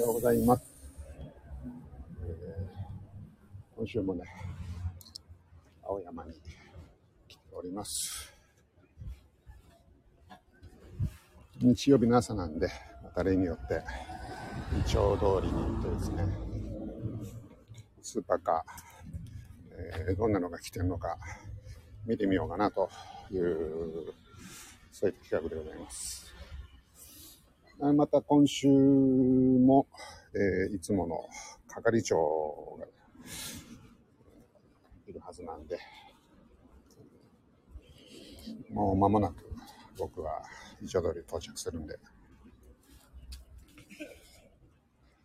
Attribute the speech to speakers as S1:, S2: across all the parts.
S1: ようございます。今週もね、青山に来ております。日曜日の朝なんで、また例によって、イチョウ通りに行ってですね、スーパーカー、えーどんなのが来てるのか見てみようかなという、そういった企画でございます。あまた今週も、えーいつもの係長がいるはずなんで、もう間もなく僕は一応通り到着するんで、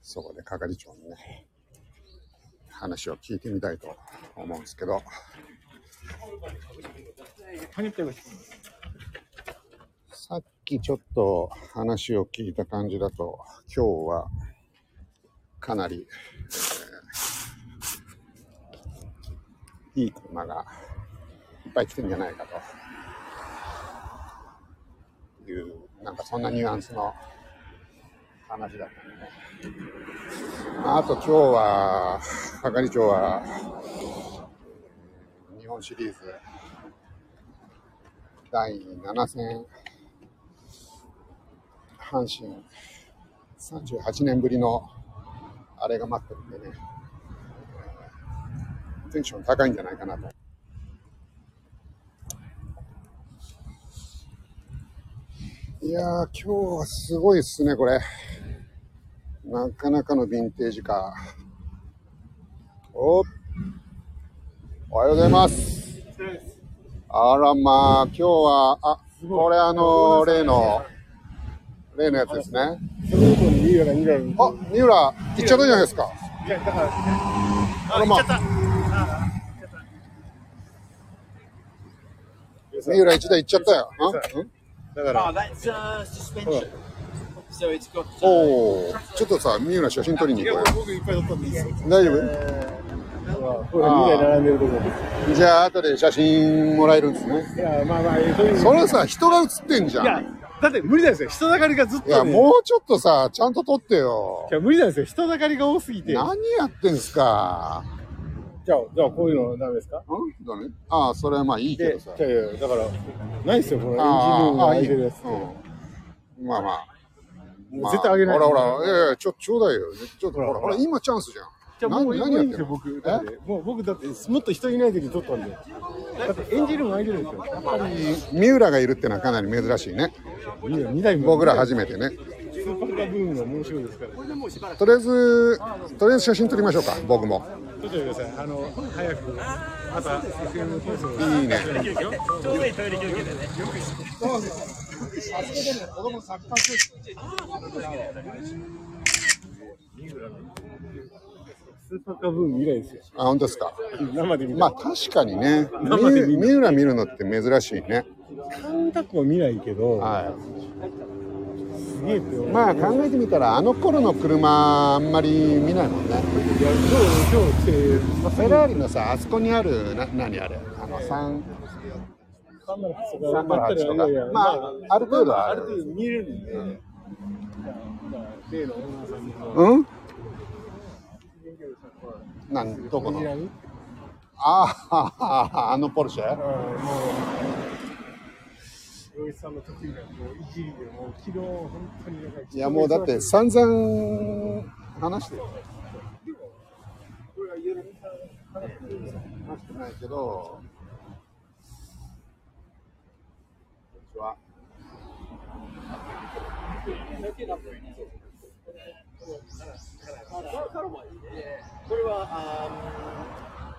S1: そこで係長にね、話を聞いてみたいと思うんですけど、さっきちょっと話を聞いた感じだと、今日はかなり、えーいい車がいっぱい来てるんじゃないかという、なんかそんなニュアンスの話だったんでね。あと今日は、係長は、日本シリーズ第7戦、阪神38年ぶりのあれが待ってるんでね、えーテンション高いんじゃないかなと。いやー、今日はすごいっすね、これ。なかなかのヴィンテージカー。おおはようございます。あらまあ、今日は、あ、これあの例の、例のやつですね。
S2: その後にミラがミラの
S1: あ、三浦、行っちゃったじゃないですか。
S2: いやだから
S1: あらまあ、三浦一台行っちゃったよ。んん
S2: だから
S3: Oh, that's uh, suspension. So it's got. Uh,
S1: おお、ちょっとさ、三浦写真撮りに行こうよ。
S2: 僕いっぱい取ったんですよ
S1: 大丈夫
S2: ほらミラ並んでるとこ
S1: じゃあ、後で写真もらえるんですね。
S2: いやまあまあそういう
S1: それさ、人が写ってんじゃ
S2: いや
S1: ん。
S2: だって無理なんですよ人だかりがずっと、
S1: い
S2: ね、
S1: や、もうちょっとさ、ちゃんと撮ってよ
S2: い。や無理なんですよ人だかりが多すぎてじゃあ
S1: 何やってんすか。
S2: じゃあこういうのダメですか
S1: んだね。ああ、それはまあいいけ
S2: で
S1: どさ。
S2: いやいやだからないですよこのエンジンルーム
S1: あ
S2: が
S1: あ、
S2: 開
S1: い
S2: い
S1: い
S2: てるやつ、
S1: うん。まあまあ。ま
S2: 絶対あげない
S1: ほらほら、いやいや、ちょ、ちょうだいよ。ちょっと、ほ
S2: ほら
S1: ら、ほら、今チャンスじゃん。
S2: じゃあもうい
S1: 何
S2: い
S1: やっ
S2: ん
S1: て
S2: で
S1: ん
S2: す
S1: の
S2: よ僕だってもう僕だってもっと人いない時に取ったんでだってエンジンルーム開いてるんですよやっぱり
S1: 三浦がいるってのはかなり珍しいね。
S2: ミラ2台も
S1: 僕ら初めてね。
S2: スーパーカーブームの面白いですから
S1: とりあえず、とりあえず写真撮りましょうか、僕も。
S2: ちょっとください。あの早くまた FM の放送が
S1: いいね。
S2: スーパーカブーム以来ですよ。
S1: あ、本当ですか。
S2: 生で見た。
S1: まあ確かにね、
S2: 生で見
S1: 三浦見るのって珍しいね。
S2: 感覚は見ないけど、
S1: は
S2: すげえって思
S1: い。
S2: う。
S1: まあ考えてみたら、あの頃の車、あんまり見ないもんね。
S2: いや今日今日来て
S1: フェラーリのさ、あそこにある、な、何あれ、あの、三、
S2: 三丸八とか
S1: 三丸八と
S2: い
S1: か
S2: やいや、
S1: まあある程度はあ
S2: あ
S1: る
S2: る程度見れるんで。じゃあ例のオーナーさんにも
S1: うんなん、どこのああ、あのポルシェ
S2: あーもう洋一さんの得意なこういじりでもう昨日本当になんか
S1: いや、もうだって散々話してる。話してないけど。こんにちは。
S3: um,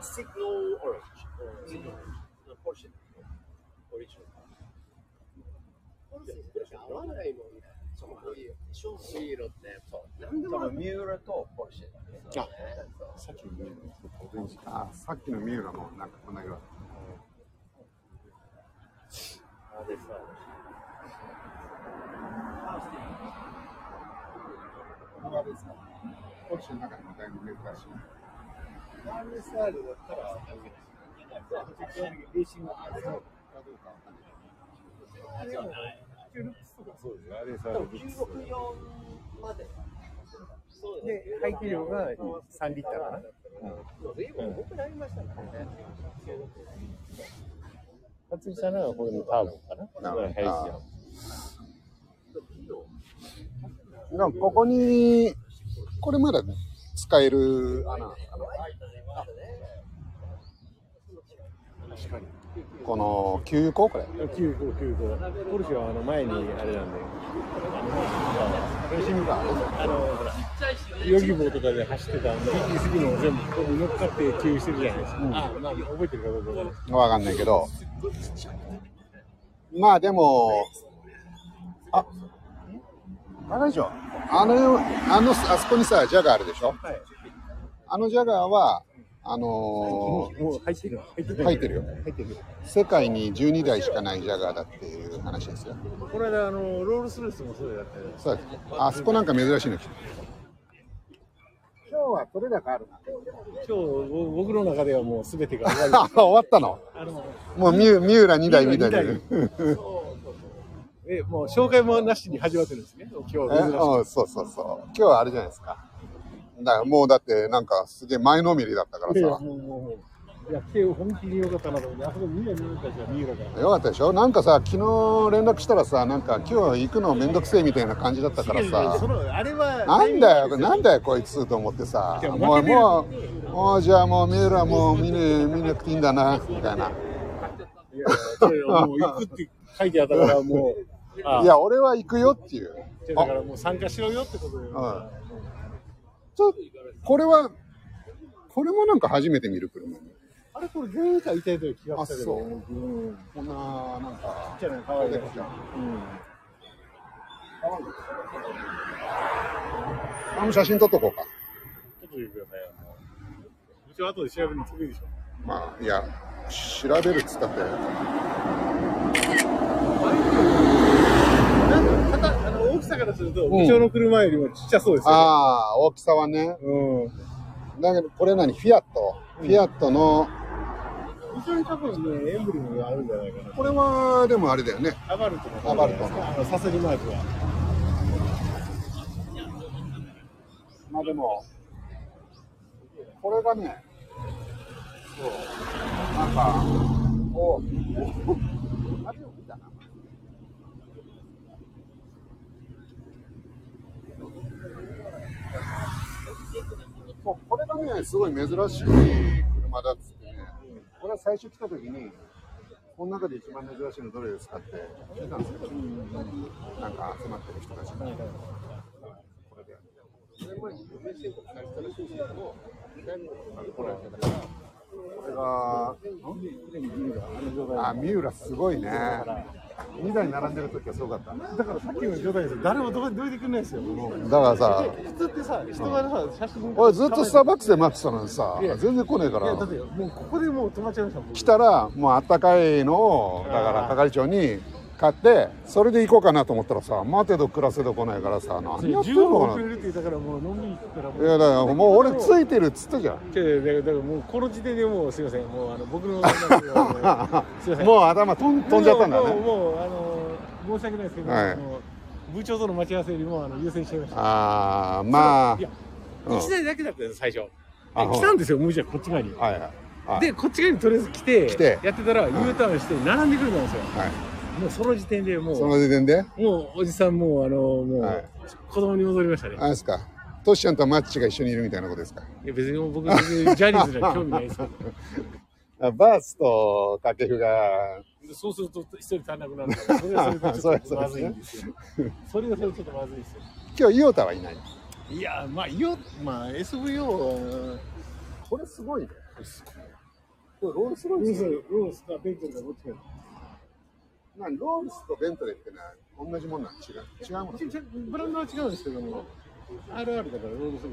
S3: signal orange. Or signal orange. No, Porsche. Original. Porsche.
S1: あ、さっきの三浦もなんかこんな色だった。ポルシェの中にもだいぶ珍しい。
S2: そうですねあれさ
S3: 96 4まで
S2: で、排気量が3リッターかな。
S3: そう随分重くなりましたからね。
S2: 発したのはこれのターボかな。
S1: な
S2: これ
S1: るほど
S2: 排気量
S1: でもここに、これまだ使える穴なのかな。この給油口これ。
S2: 9595ポルシェはあの前にあれなんで吉見があのほらヨギボーとかで走ってたんで行き過ぎのを全部こう乗っかって給油してるじゃないですか、あまあ覚えてるかどうかわかんない
S1: わかんないけど。まあでも、あ、あれでしょ。あの、あの、あそこにさ、ジャガーあるでしょ。
S2: はい
S1: あのジャガーは、あの
S2: もう入ってる入って
S1: ー
S2: る
S1: 入ってるよ。
S2: 入ってる
S1: 世界に12台しかないジャガーだっていう話ですよ。
S2: この間あのロールスロイスもそうだったよ
S1: そうだあそこなんか珍しいの来た。
S2: 今日は取れ高あるな今日ぼ僕の中ではもう全てが終わ
S1: あ終わった の
S2: りあの
S1: もう三浦三浦2台みたいな。
S2: 三浦えもう紹介もなしに始まってるんですね今日は 珍しく
S1: うん、そうそうそう。今日はあれじゃないですか。だからもうだってなんかすげえ前のめりだったから
S2: いや、
S1: さ。
S2: もう、もう、いや、今日本気に良かったなと思って、あそこ見えないたちは見えたから。
S1: よかったでしょなんかさ、昨日連絡したらさ、なんか今日行くのめんどくせえみたいな感じだったから
S2: そ
S1: さ。
S2: のあれは。
S1: なんだよ、なんだよ、こいつと思ってさ
S2: い。や
S1: もう、
S2: 負けてる
S1: もう、もうじゃあもう三浦もう見,、ね、見なくていいんだな、みたいな。
S2: いやいやもう行くって書いてあったから、も う。あ
S1: いや、俺は行くよっていう。
S2: じゃあだからもう参加しろよってことで。
S1: うんちょこれは、これもなんか初めて見る車。
S2: あれこれ前回いたいという気がしたけど。。
S1: あそうん
S2: ちっ
S1: こんな、なんか、
S2: ちゃな可愛い
S1: じゃん。
S2: うん。
S1: あの写真撮っとこうか。
S2: ちょっと言うくださいよ。もううちは後で調べるの得意でしょ。
S1: まあ、いや、調べるっつったって、
S2: なんか型あの大きさからすると、部長の車よりもちっちゃそうですよ、ね。
S1: ああ、大きさはね。
S2: うん。
S1: だけど、これ何フィアット。フィアットの、
S2: 後ろに多分ね、エンブレムがあるんじゃないかな。
S1: これは、でもあれだよね。
S2: アバルトの。
S1: アバルト
S2: の。あの、サソリマークは。
S1: まあでも、これがね、そう、なんか、お、お、 あれを見たな。そう、これがね、すごい珍しい車だっつってね、これは最初来た時に、この中で一番珍しいのどれですかって聞いたんですけど、なんか集まってる人たちが。これでこれが、あ、三浦すごいね。2台並んでる時はすごかった。だ
S2: だからさっきの状態ですよ。誰もどこにどいてくれないですよ。
S1: からさ、
S2: 普通ってさ、人がさ、写真
S1: 俺ずっとスターバックスで待ってたのにさ、全然来ねえか
S2: いや、だっ
S1: ら
S2: て、もうここでもう止まっちゃいましたもん。
S1: 来たら、もうあったかいのを、だから係長に買って、それで行こうかなと思ったらさ、待てど暮らせど来ないからさ、何やってん
S2: 15分
S1: の
S2: 遅
S1: か
S2: れ
S1: な。
S2: るって言ったから、もうのんびり行ったらも。
S1: いうやだからもう俺ついてるっつったじゃん。
S2: いやいやだからだからもうこの時点でもうすいません、もうあの僕のなんであ のすいません。
S1: もう頭とん飛んじゃったんだ
S2: もう
S1: ね。
S2: もうもうあの申し訳ないですけど、
S1: はい
S2: あの部長との待ち合わせよりもあの優先しちゃいました。
S1: ああ、まあ
S2: いや、
S1: うん
S2: 一台だけだったんです最初。で
S1: あ
S2: 来たんですよ、無理じゃこっち側に。
S1: はいはい。はい
S2: でこっち側にとりあえず来て
S1: 来て
S2: やってたら U ターンして並んでくるんですよ
S1: はい、
S2: もうその時点でも
S1: そうの時点で、
S2: もうおじさんもうあのもう、
S1: はい
S2: 子供に戻りましたね
S1: あれですか、トシちゃんとマッチが一緒にいるみたいなことですか。
S2: いや別に僕別にジャニーズには興味ないですよ
S1: あバースとタケフが、
S2: そうすると一人足んなくなるからそれはそれでちょっとまずいんですよそれはそれでちょっとまずいですよ
S1: 今日、イオタはいない。
S2: いやまあよまあ SVO は
S1: これすごいね。これロールスロ
S2: ロ
S1: イ
S2: ー
S1: ス、
S2: スかベントリーかどっちか
S1: なロールスとベントレーってのは同じもんなん違う。違うもん。
S2: ちょちょブランドは違うんですけども RR だからロールスロイスですよ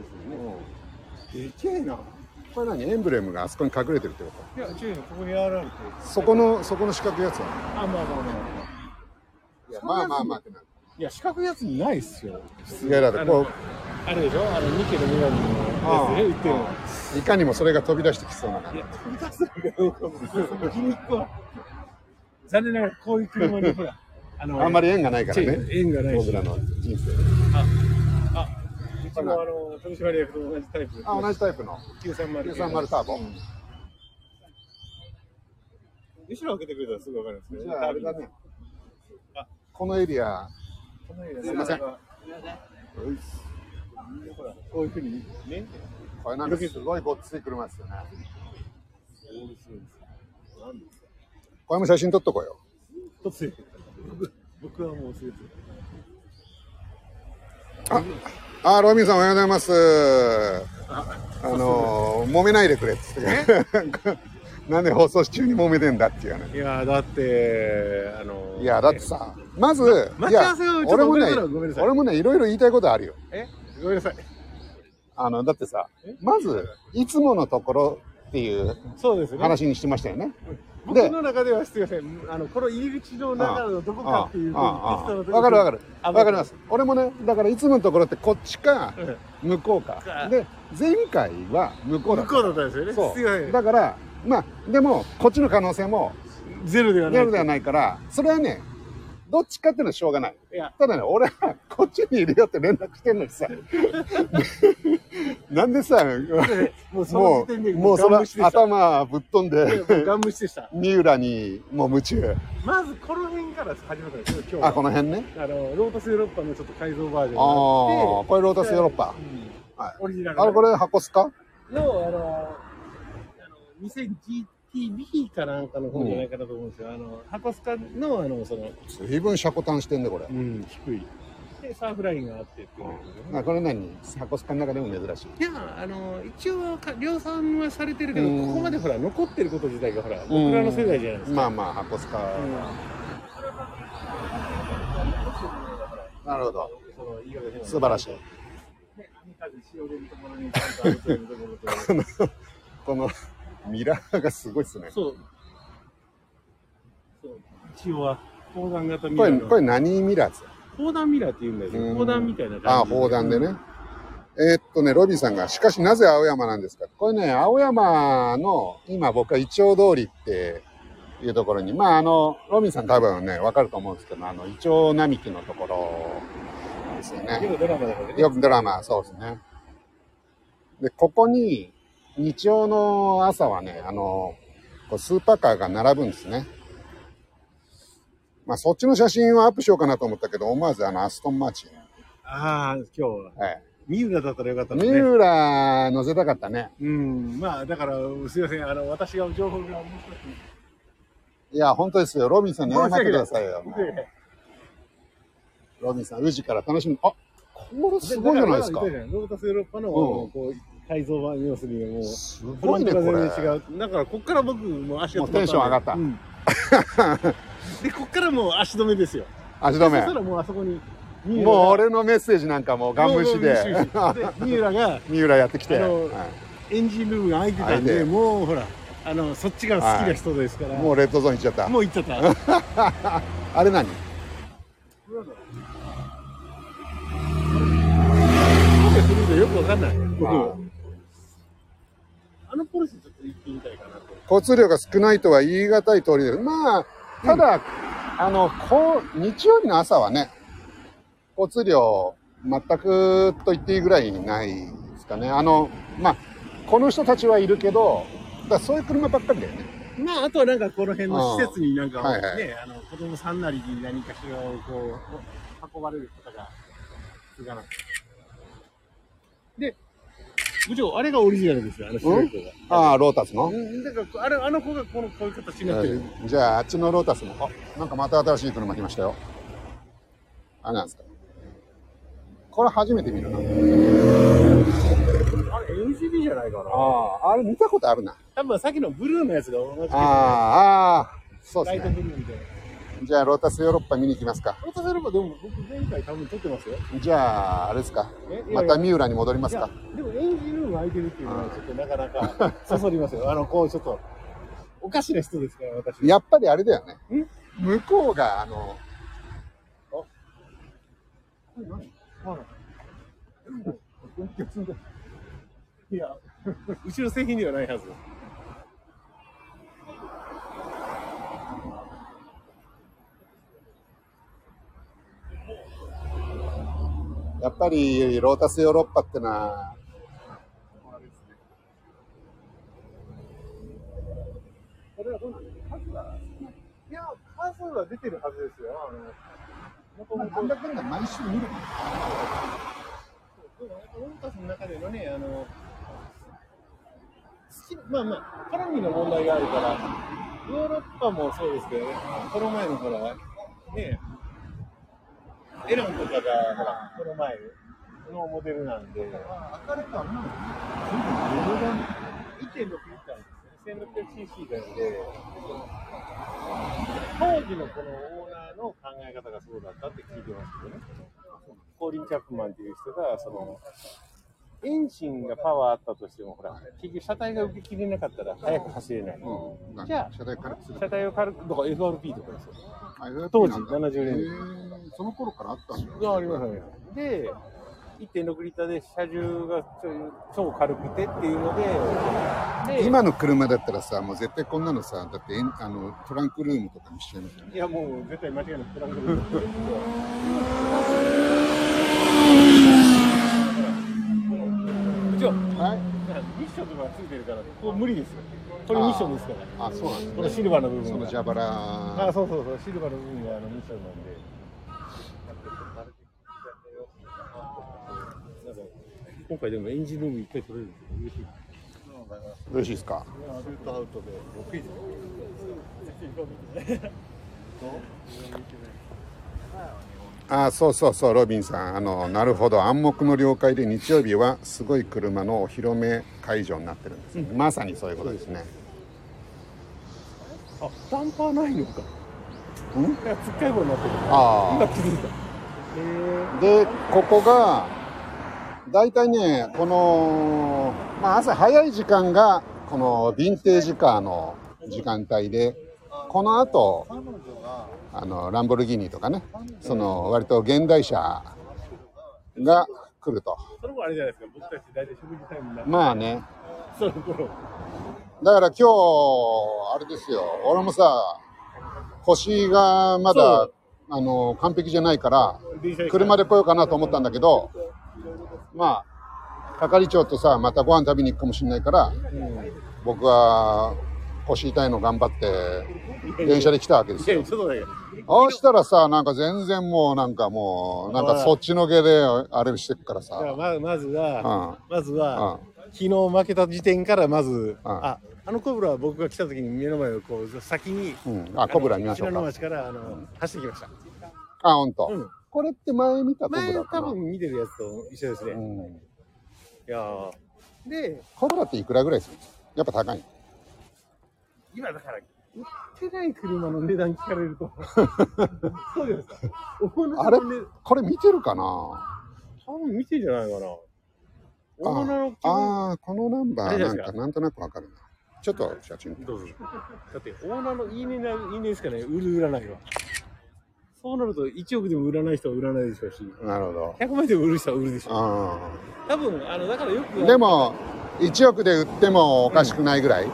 S2: ねでけえな
S1: これ何エンブレムがあそこに隠れてるってこと
S2: いや違うよここに RR って
S1: そこの、そこの四角いやつは、
S2: あまあまあまあまあ
S1: いやまあまあまあってなる。
S2: いや、四角いやつにないっすよ。
S1: いやだってこ
S2: あれでしょあの、ニケルミラミのやつで売ってるの。
S1: う、いかにもそれが飛び出してきそうな感
S2: い
S1: じ。
S2: や、飛び出すのかどうかもそう気に入ったわ残念ながら、こういう車にほら、あの、
S1: あんま
S2: り
S1: り縁がないからね。
S2: 縁がない
S1: 僕
S2: し。
S1: らの人生。
S2: あ、うちもあの取締役と同じタイプ
S1: あ、同じタイプの
S2: 930
S1: 930ターボ。
S2: 後ろ開けてくれたらすぐ分かるんですけど
S1: じゃああれだね
S2: あ。
S1: このエリア、
S2: このように
S1: すいません
S2: こういうふうにね
S1: これなんかすごいごっつい車ですよね。これも写真撮っとこうよ。
S2: 一つ僕はもうすぐ
S1: あ、ロビンさんおはようございます。あのー、揉めないでくれっつって。 なんで放送中に揉めてんだっていう話。
S2: いやーだってあのー
S1: いや、だってさ、まず、い
S2: ま
S1: や
S2: 待ち合わせをちょっと
S1: 俺もね
S2: 遅れたらごめんな、さい
S1: 俺もね、いろいろ言いたいことあるよ。
S2: えごめんなさい
S1: あの、だってさ、まず、いつものところっていう
S2: そうですね
S1: 話にしてましたよね。
S2: 僕
S1: で
S2: の中ではすいませんあのこの入り口の中のどこか
S1: あ
S2: っていうふうに
S1: ああ
S2: 適当なとこ
S1: わかるわかる。
S2: あ
S1: わかります。俺もね、だからいつものところってこっちか、
S2: うん
S1: 向こうか。で、前回は向こうだ
S2: 向
S1: っ
S2: こうだったんですよ
S1: た。
S2: ね
S1: そ
S2: すいませ
S1: う。
S2: ん
S1: だから、まあ、でも、こっちの可能性も
S2: ゼロではない
S1: ゼロではないから、それはね、どっちかっていうのはしょうがない。
S2: いや
S1: ただね、俺はこっちにいるよって連絡してんのにさ、 なんでさ、
S2: もうその
S1: も
S2: 時点で
S1: う、もうそ
S2: ガン
S1: の
S2: 無視でした
S1: 頭ぶっ飛ん
S2: いやもう
S1: で、
S2: ガン無視でした
S1: 三浦にもう夢中。
S2: まずこの辺から始まったんですよ今日は
S1: あ、この辺ね。
S2: あのロータスヨーロッパのちょっと改造バージョン
S1: ああ
S2: があっ
S1: ー、これロータスヨーロッパ
S2: て。
S1: はい。
S2: オリジナル
S1: あれ、これ箱っすか
S2: のあのあの 2000GTB かなんかの方じゃないかなと思うんですよ、あの箱スカのあのその、
S1: 随分シャコタンしてんね、これ。
S2: 低いでサーフラインがあってっていうね、
S1: あこれ何箱っすかの中でも珍しい。
S2: いやあの一応か量産はされてるけど、
S1: うん
S2: ここまでほら残ってること自体がほら僕らの世代じゃないですか、
S1: まあまあ、箱っすか。なるほど。素晴らしい。この、この ミラーがすごいっすね。
S2: そう。そう。一応は、砲弾型ミ
S1: こ
S2: ラ
S1: れ、
S2: ー
S1: こ
S2: の。
S1: れ何ミラーっす
S2: 砲弾ミラーって言うんだけ
S1: う
S2: ど、
S1: ん
S2: 砲弾みたいな感じ。
S1: ああ、砲弾でね。えーっとね、ロビーさんが、しかしなぜ青山なんですかこれね、青山の、今僕は一丁通りっていうところに、まああの、ロビーさん多分ね、わかると思うんですけど、あの、一丁並木のところですよ
S2: うん。
S1: ね。
S2: よくドラマだからね。
S1: よくドラマ、そうですね。で、ここに、日曜の朝はね、あの、こうスーパーカーが並ぶんですね。まあ、そっちの写真をアップしようかなと思ったけど、思わずあの、アストンマーチン。
S2: ああ、今日は。
S1: はい。
S2: ミウラだったらよかったの
S1: 三
S2: ね。
S1: 浦乗せたかったね。
S2: うん。まあ、だから、すいません。あの、私が情報が面白くて。
S1: いや、本当ですよ。ロビンさんに謝ってくださいよ。
S2: ね
S1: ロビンさん、宇治から楽しみ。あ、これすごいじゃないですか
S2: だ。らロータスヨーロッパの、
S1: うん
S2: こう、改造版、要するにもう、
S1: すごいね、こ
S2: フロン
S1: れ
S2: ト。が全然違う。だから、こっから僕、もう足が
S1: もうテンション上がった
S2: うん で、こっからもう足止めですよ。
S1: 足止
S2: そした
S1: め。
S2: らもうあそこに、ミウラが
S1: もう俺のメッセージなんかもうガン無視
S2: も
S1: で
S2: う、ガン無視で三浦が
S1: 三浦やってきて。
S2: あの
S1: はい
S2: エンジン部分が空いてたん
S1: 空い
S2: で、
S1: て
S2: もうほら、あのそっちが好きな人ですから、
S1: もうレッドゾーン行っちゃった。
S2: もう行っちゃった。
S1: あれ何
S2: なんでするのよくわかんない。僕
S1: あ
S2: もあのポルシェちょっと行ってみたいかなと。
S1: 交通量が少ないとは言い難い通りです。まあ、ただ、あの、こう、日曜日の朝はね、交通量、全くと言っていいぐらいないですかね。あの、まあ、この人たちはいるけど、だからそういう車ばっかりだよね。
S2: まああとはなんかこの辺の施設になんか、
S1: はいはい
S2: ね、あの子供さんなりに何かしらをこう運ばれる方がいるかな。で、部長あれがオリジナルですよ。あの白い子が。
S1: ああ、ロータスの
S2: うんだからあれあの子がこのこういう形になってる。
S1: じゃあ、あっちのロータスも。あ、なんかまた新しい車来ましたよ。あれなんですかこれ初めて見るな。
S2: あれ MCB じゃないかな
S1: あ。あ、あれ見たことあるな。
S2: 多分さっきのブルーのやつが同じ
S1: ああ、ああ、そうで
S2: ラ
S1: す
S2: イ
S1: ね
S2: ト。ブルーみたいな。
S1: じゃあ、ロータスヨーロッパ見に行きますか。
S2: 太田さんの方でも僕前回多分撮ってますよ。
S1: じゃあ、あれですか。
S2: え
S1: また三浦に戻りますか。。
S2: いやいやいやでもエンジンルーム空いてるっていうのはちょっとなかなかそそりますよ。あの、こうちょっと、おかしな人ですから、私。
S1: やっぱりあれだよね
S2: ん。
S1: 向こうが、あの、
S2: これ何あらいや、後ろ製品ではないはず。
S1: やっぱりロータスヨーロッパってのは、
S2: これはどうなんですか数がいや、数は出てるはずですよ。あの、もと
S1: まあ
S2: も
S1: なん
S2: と、
S1: だかんだ毎週見るもん
S2: でもやっぱオルタスの中でのね、あの、好きまあまあ、好みの問題があるから、ヨーロッパもそうですけどね、この前のほら、ね、エロンとかが、ほら、この前のモデルなんで、
S1: 明るくはなのね
S2: 1.6リッターですね、1600cc なんで、当時のこのオーナーの考え方がそうだったって聞いてますけどね、コーリン・チャップマンっていう人が、その、エンジンがパワーあったとしても、ほら、結局車体が受けきれなかったら速く走れない。
S1: うん
S2: じゃあ
S1: 車体からする
S2: 車体を軽く、とか FRP とかですよ。
S1: あ
S2: 当時70年
S1: へえその頃からあったんだ
S2: ありますね。で、1.6リッターで車重がちょ超軽くてっていうので、で
S1: 今の車だったらさもう絶対こんなのさだってエンあのトランクルームとかにしちゃいますよね
S2: いやもう絶対間違いなくトランク ルームですよ。うちは
S1: はい
S2: ミッションとかがついてるから、これ無理ですよ。これミッションですから。
S1: あそうなんですね
S2: このシルバーの部分が
S1: その蛇腹
S2: あ、そうそうそう、シルバーの部分があのミッションなんで。なんか今回でもエンジンルーム一回取れるんですよ。
S1: よろしいですか
S2: シュートアウトで6位で。
S1: あそうそうそうロビンさんあのなるほど暗黙の了解で日曜日はすごい車のお披露目会場になってるんです、ねまさにそういうことですね
S2: あ、ダンパーないのか。
S1: ん
S2: いや、つっかい棒になってる。
S1: あ
S2: 今
S1: あ
S2: 気づいた。え
S1: でここが大体ねこの、まあ、朝早い時間がこのヴィンテージカーの時間帯でこの後
S3: 彼女が
S1: あのランボルギーニとかねその割と現代車が来ると
S2: それもあれじゃないですか。僕たち大体食事タイムになる。
S1: まあね
S2: その頃。
S1: だから今日あれですよ俺もさ腰がま
S2: そ
S1: だ
S2: う
S1: あの完璧じゃないから
S2: 電車行く
S1: 車で来ようかなと思ったんだけどまあ係長とさまたご飯食べに行くかもしれないから僕は腰痛いの頑張って電車で来たわけです
S2: いや、ちょ
S1: よ
S2: っとだけど。
S1: ああしたらさなんか全然もうなんかもうなんかそっちのけであれしてくから
S2: だから
S1: さ
S2: ままずは、まず
S1: う
S2: は
S1: ん、
S2: 昨日負けた時点からまず、ああのコブラは僕が来た時に目の前をこう先に、
S1: うんあコブラ見ましょう
S2: の
S1: か
S2: 町からあの、走ってきました。
S1: あ本当、
S2: うん
S1: これって前見たコブ
S2: 前
S1: ラか
S2: 多
S1: な、
S2: 分見てるやつと一緒ですね。
S1: う
S2: い
S1: ん、
S2: やーで、
S1: コブラっていくらぐらいするやっぱ高い
S2: 今だから、売ってない車の値段聞かれ ると。そうですか。オーナ
S1: あれ
S2: ーの値
S1: これ見てるかな
S2: 多分見てんじゃないかな。オーナーの基本
S1: ああーこのナンバ
S2: あ
S1: ー
S2: れ
S1: なん
S2: です
S1: か
S2: か
S1: なんとなくわかるなちょっと写真
S2: どうぞ。だって、オーナーのいいねな、いいねですかね、売る、売らないは。そうなると、1億でも売らない人は売らないでしょうし、
S1: なるほど
S2: 100万でも売る人は売るでしょう。
S1: あ
S2: 多分、あの、だからよく。
S1: ーで、も1億で売ってもおかしくないぐらい、
S2: いや、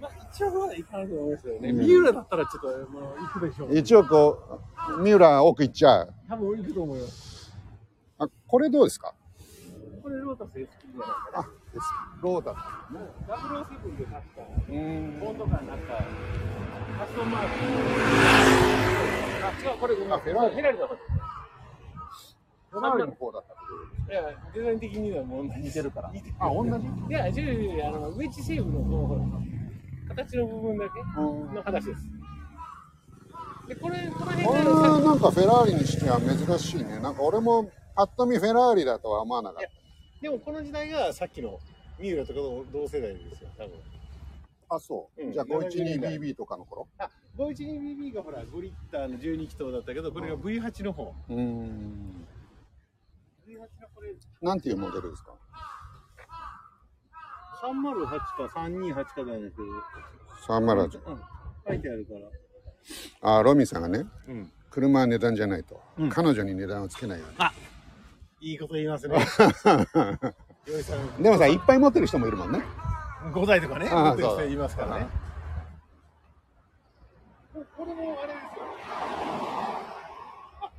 S2: まあ、1億までいかないと思いますけどね。
S1: うん
S2: 三浦だったらちょっと、もう、行くでしょう。
S1: 1億を三浦奥行っちゃう
S2: 多分、行くと思います。
S1: あこれどうですか
S2: これ、ロータス SP じゃないか
S1: あロータ
S2: な。007で確か、
S1: うー
S2: ボンドがなんか、カストマーク。あ、違う、これ、
S1: あフェラーリ
S2: フェラーリだった。
S1: フェラーリの方だった
S2: いや、デザイン的にはもう似てるから。い
S1: あ同じ
S2: や、違う違う違うあの、ウェッジシェイブのこの、ほら形の部分だけ
S1: うん
S2: の話です。で、これ、この辺
S1: こ
S2: が
S1: れ
S2: あ
S1: は
S2: の、さ
S1: なんかフェラーリにしては珍しいねなんか俺もパッと見フェラーリだとは思わなかっ
S2: でもこの時代がさっきの三浦とかと同世代ですよ、多分。
S1: たあそう、
S2: うん
S1: じゃあ 512BB とかの頃
S2: あ、512BB がほら、5リッターの12気筒だったけど、これが V8 の方。
S1: うーん
S2: V8 のこれ、
S1: なんていうモデルですか
S2: 308か328かじゃないですけど、
S1: サーマラジョ
S2: うん、書いてあるから。
S1: あロミンさんがね
S2: うん。
S1: 車は値段じゃないと、
S2: うん
S1: 彼女に値段をつけないよう
S2: いいこと言い ますね。よいさん
S1: にでもさいっぱい持ってる人もいるもんね
S2: 5台とかね、
S1: ああ
S2: 持ってる
S1: そう
S2: 人いますからね。これもあれですよ。あ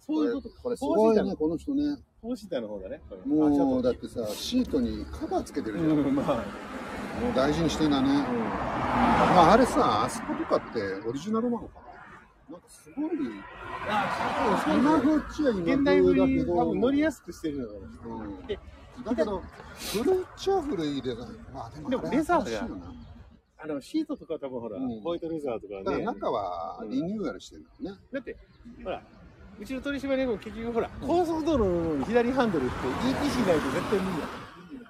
S2: そういうこと
S1: これすごいね、この人ね。
S2: 投資たの方だね。これあち
S1: も
S2: ょ
S1: う、
S2: っと
S1: だってさ、シートにカバーつけてるじゃん。
S2: うん、まあ、
S1: もう大事にしてんだね。まあ、あれさ、あそことかってオリジナルなのかななんかすごい、今風っちゃ今
S2: 現代
S1: 風
S2: 風
S1: だ
S2: だ
S1: けど、
S2: 多分乗りやすくしてるのかな
S1: うん
S2: で
S1: だけど、古いっちゃ古いデザイン。まあでも、
S2: でもレザーじゃん
S1: あれは新しいよな
S2: あの、シートとか多分ほら、
S1: うん
S2: ホワイトレザーと
S1: だ
S2: か
S1: から
S2: ね。
S1: 中はリニューアルしてるのね。
S2: だって、ほら、うちの取締役も結局ほら、高速道路の左ハンドルって ET しないと絶対無理だ。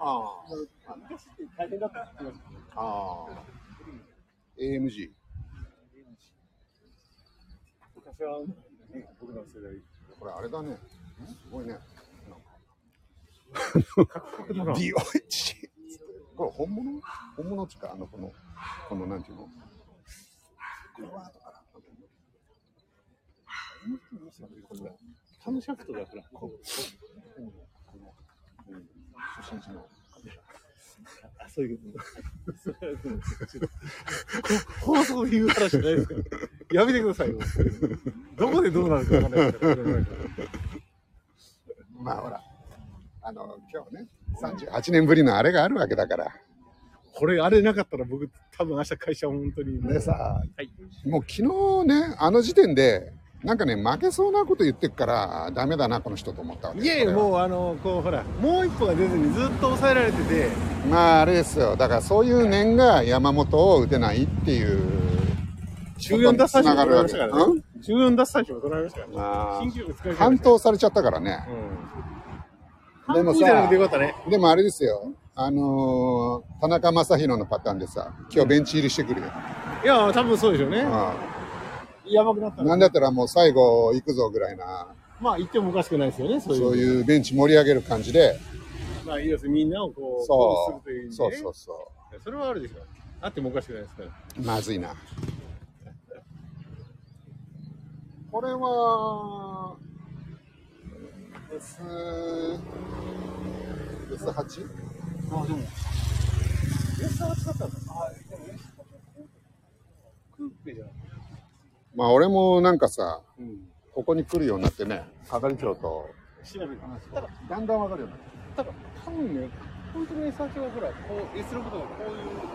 S1: あ
S2: 昔って大変だったって言ってまし
S1: あ。ああ。AMG。
S2: た昔は、ね、僕の世代。
S1: これあれだね。すごいね。
S2: でもほら
S1: 美容師。これ本物本物っつうか、あの、この、この、なんていうのこれは後からこの
S2: タムシャフトがほら、こう、
S1: この、うん、初心者の。
S2: あ、そういうこと。放送で言う話じゃないですから。やめてくださいよ。どこでどうなるかわかんないですから。
S1: まあほら、あの、今日ね、38年ぶりのあれがあるわけだから。
S2: これ、あれなかったら僕、多分明日会社本当に。
S1: でさ、
S2: はい。
S1: もう昨日ね、あの時点で、なんかね、負けそうなこと言ってっから、ダメだな、この人と思ったわけ。
S2: いやいや、
S1: これは
S2: もうあの、こうほら、もう一歩が出ずにずっと抑えられてて、
S1: まああれですよ。だからそういう念が山本を打てないっていう。
S2: 中4奪三振も取られましたから
S1: う
S2: ね。中4奪三振も取られましたからね。
S1: ま
S2: 新記録使い
S1: あ、
S2: ましたね
S1: 完投されちゃったからね。
S2: うん。
S1: で
S2: で
S1: も
S2: も
S1: さ
S2: じゃなくてよかったね。
S1: でもあれですよ。あのー田中将大のパターンでさ、今日ベンチ入りしてくるよ。
S2: いや、多分そうでしょうね。
S1: あ
S2: やばくなった
S1: あ
S2: ら
S1: なんだったらもう最後行くぞぐらいな、
S2: まあ、言ってもおかしくないですよね、そういう。
S1: そういうベンチ盛り上げる感じで、
S2: まあ、いいです。みんなをこう、
S1: そ
S2: 鼓舞するという意
S1: う、
S2: 味
S1: そ
S2: で、
S1: う
S2: ね。
S1: そうそ
S2: それはあるでしょう。あってもおかしくないですから。
S1: う。まずいな。これは、S、S8?
S2: あ、でも。安さは違ったんだ。あ、でも安さクーペじゃん。
S1: まあ俺もなんかさ、
S2: うん。
S1: ここに来るようになってね、係長と、
S2: 調べる話。ただ、
S1: だんだんわかるようになって
S2: ただ、多分ね、本当に S8 はほら、こう、S6 とかこういう、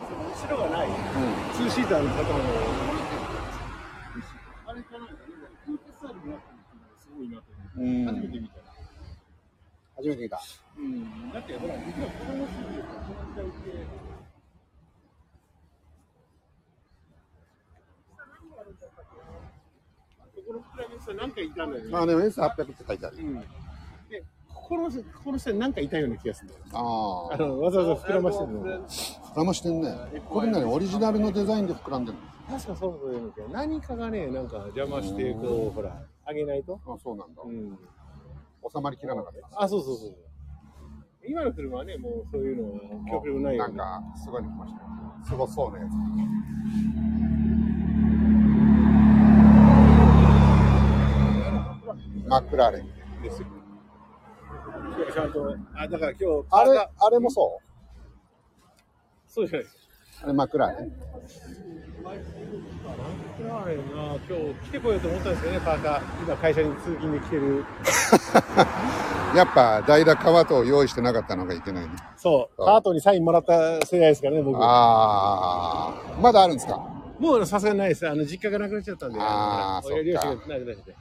S2: その後ろがない、ツーシーターの方の、あれかなんかね、クーペスタイルになってるのがすごいなと
S1: う
S2: 思
S1: ん
S2: って、初めて見たら。
S1: 初めて見た。
S2: うん、だってほら、実は子供すぎるから、この時代って。ここの膨らみの人何かいたんだよね。
S1: まあでも S800 って書いてある
S2: う。ん。で、ここの、ここの人に何かいたような気がするんだよ。
S1: あ
S2: あ
S1: あ。
S2: の、わざわざ膨らましてるの。
S1: 膨らましてんね。これ何オリジナルのデザインで膨らんでる
S2: 確かそうそういうのけど、何かがね、なんか邪魔して、こう、ほら、あげないと。
S1: のあそうなんだ。
S2: うん。
S1: 収まりきらなかった。
S2: あ、そうそうそう。今の車はね、もうそういうのは極力ないよ、
S1: な
S2: ね。
S1: んか、すごいの来ましたよ。すごそうね。マクラーレン。
S2: ですよ。今日ちゃんと、あ、だから今日、
S1: あれ、
S2: パーカー
S1: あれもそ
S2: そうじゃないです
S1: うあれマクラーレン。
S2: か。なるな、今日来てこようと思ったんですけどね、パーカー。今会社に通勤で来てる。
S1: やっぱ、代打川と用意してなかったのがいけないね。
S2: そう、
S1: あ
S2: パートにサインもらった世代ですからね、僕。
S1: ああ、まだあるんですか
S2: もうさすがにないです。あの、実家がなくなっちゃったんで。
S1: あー
S2: のほら
S1: そっ
S2: 両
S1: か
S2: 親がなくなっちゃって。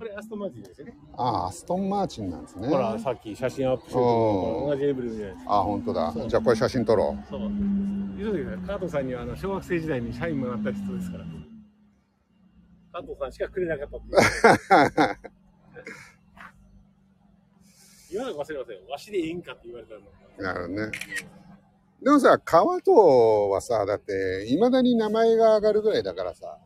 S2: これアストンマーチンですよね。
S1: ああ、アストンマーチンなんですね。
S2: ほら、さっき写真アップしてると
S1: おー
S2: こ同じエブリルじゃないですか。
S1: ああ、本当だ。じゃあこれ写真撮ろう。
S2: そう。磯崎さん、加藤さんにはあの小学生時代に社員もらった人ですから。加藤さんしかくれなかったっていう。 言わなく忘れませんよ。わしでいいんかって言われたの。
S1: なるほどね。でもさ、川藤はさ、だって、いまだに名前が上がるぐらいだからさ、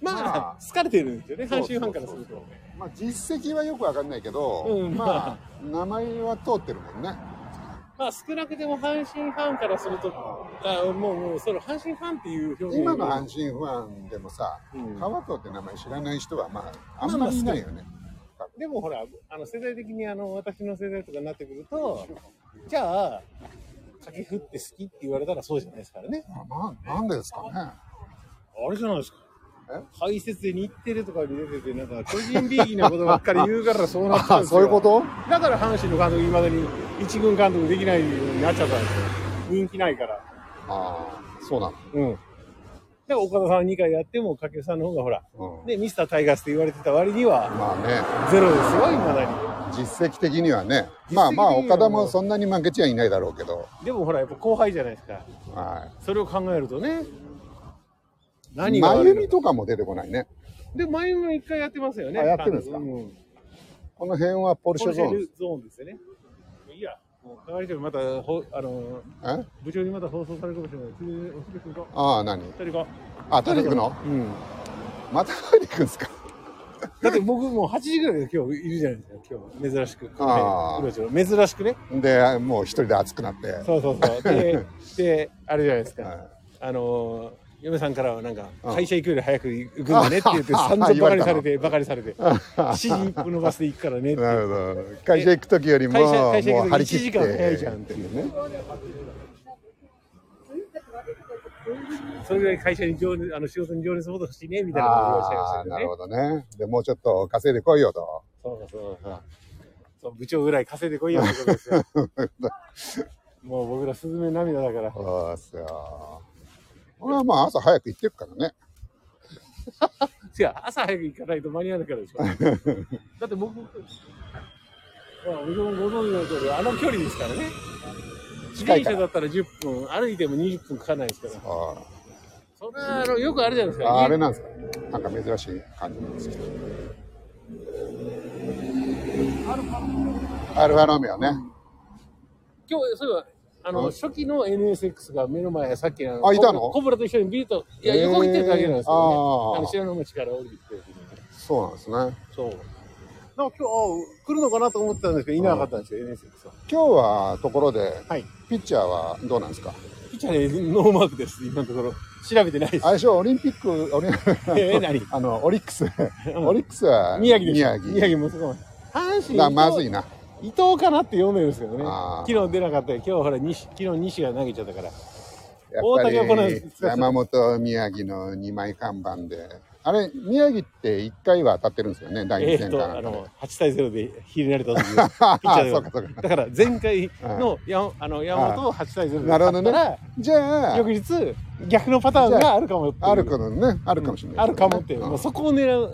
S1: ま
S2: ま
S1: あ
S2: あ、好かれてるんですよね、
S1: そう
S2: 半
S1: そうそう
S2: 信半からすると。
S1: まあ実績はよくわかんないけど、
S2: うん
S1: まあ、名前は通ってるもんね。
S2: まあ、少なくても半信半からすると、あもう、もう、その半信半っていう表現
S1: 今の阪神ファンでもさ、
S2: うん
S1: 川藤って名前知らない人は、まあ、あんまりいないよね。
S2: でもほら、あの世代的にあの私の世代とかになってくると、じゃあ、掛布って好きって言われたらそうじゃないですからね。
S1: まあ、ななんでですかね。
S2: あれじゃないですか。
S1: え
S2: 解説で日テレとかに出てて、なんか巨人リーグのことばっかり言うからそうなったん
S1: あ
S2: です
S1: そ
S2: よ。
S1: ういうこと
S2: だから阪神の監督、いまだに一軍監督できないようになっちゃったんですよ。人気ないから。
S1: ああ、そうな
S2: うん。だから岡田さん2回やっても、掛布さんの方がほら、
S1: の。うん。
S2: ね、ミスタータイガースって言われてた割には、
S1: まあね、
S2: ゼロですよ、いまだに。
S1: 実績的にはね、まあまあ、
S2: 実績的には
S1: 岡田もそんなに負けちゃいないだろうけど、
S2: でもほら、やっぱ後輩じゃないですか。
S1: は
S2: それを考えるとね。
S1: い。
S2: 何が
S1: 真
S2: 悪い
S1: 由
S2: の
S1: 美とかも出てこないね。
S2: で、前も一回やってますよね。
S1: あやってるんですか
S2: う
S1: この辺はポルシ
S2: ポ
S1: ェ
S2: ルシ
S1: ゾ
S2: ェ
S1: ーン
S2: ルゾーンですよね。いや、もう、係長にまた、ほあの、
S1: え
S2: 部長にまた放送されるかもしれない。ついでにお昼行こう。
S1: ああ、何
S2: 二人行こ
S1: あ、取りに行くの
S2: う。うん。
S1: また取りに行くんですか
S2: だって僕もう8時ぐらいで今日いるじゃないですか。今日珍しく。
S1: あー
S2: うろちょろ珍しくね。
S1: で、もう一人で熱くなって。
S2: そうそう そう。で、で、あれじゃないですか。
S1: はい
S2: あの嫁さんからはなんか
S1: うん
S2: 会社行くより早く行くんだねって 言って
S1: あ
S2: 散々
S1: 言わ
S2: バカ
S1: れ
S2: に
S1: た
S2: さ
S1: の
S2: れてバカにさ れて7時1分のバスで行くからねって
S1: なるほど。会社行く時よりも、
S2: 会社会社行く時
S1: もう張り切って。
S2: 一時間早いじゃんっていう
S1: ね。
S2: それぐらい会社に情熱あの仕事に情熱戻しねみたいなことをおっしゃいま
S1: ああ、
S2: した
S1: な
S2: け
S1: る
S2: どね
S1: ほどね。で、もうちょっと稼いでこいよと。
S2: そうそうそうそう部長ぐらい稼いでこいよってことですよ もう僕らスズメ涙だから
S1: そうっすよ。俺はまあ朝早く行ってるからね。
S2: 違う朝早く行かないと間に合わないからでしょ だって僕まあ僕もご存知の通りあの距離ですからね自
S1: 近い
S2: 転
S1: から
S2: 車だったら10分歩いても20分かかんないですから
S1: あ
S2: それはあのよくあるじゃないで
S1: ー
S2: すか
S1: あー、あれなんですかね。なんか珍しい感じなんですけど。アルファロメオね。
S2: 今日そういえばあの、
S1: うん
S2: 初期の NSX が目の前さっきの
S1: あいたの
S2: コブコブラと一緒にビートいや
S1: へー
S2: 横切ってるだけなんですよね、
S1: あー
S2: あの白の町から降りてきてる時に
S1: そうなんですね。
S2: そうなんか今日来るのかなと思ってたんですけどいなかったんですよ NSX は
S1: 今日はところで、
S2: はい
S1: ピッチャーはどうなんですか
S2: ピッチャーでノーマークです今のところ調べてないです
S1: 相性オリンピック、オリン
S2: えー何
S1: あの、オリックス。オリックスは
S2: 宮城です
S1: 宮
S2: 宮
S1: 城
S2: 城。もそこまで阪神
S1: だまずいな。
S2: 伊藤かなって読めるんですけどね
S1: あー
S2: 昨日出なかったけど今日はほら西昨日西が投げちゃったから
S1: や
S2: 大竹はこの
S1: っぱり山本、宮城の2枚看板で。あれ、宮城って1回は当たってるんですよね、第2
S2: えーっ
S1: 戦
S2: と
S1: か
S2: あ
S1: ら
S2: の8対0でひねられた時ピッチャーで
S1: そうかそうか
S2: だから前回のやんあの山本を8対0で
S1: なるほ
S2: 勝
S1: ど
S2: っ
S1: ね
S2: たら
S1: じゃあ
S2: 翌、日逆のパターンがあるかもっていう
S1: あるかもね、あるかもしれない、
S2: あるかもっていううんもうそこを狙う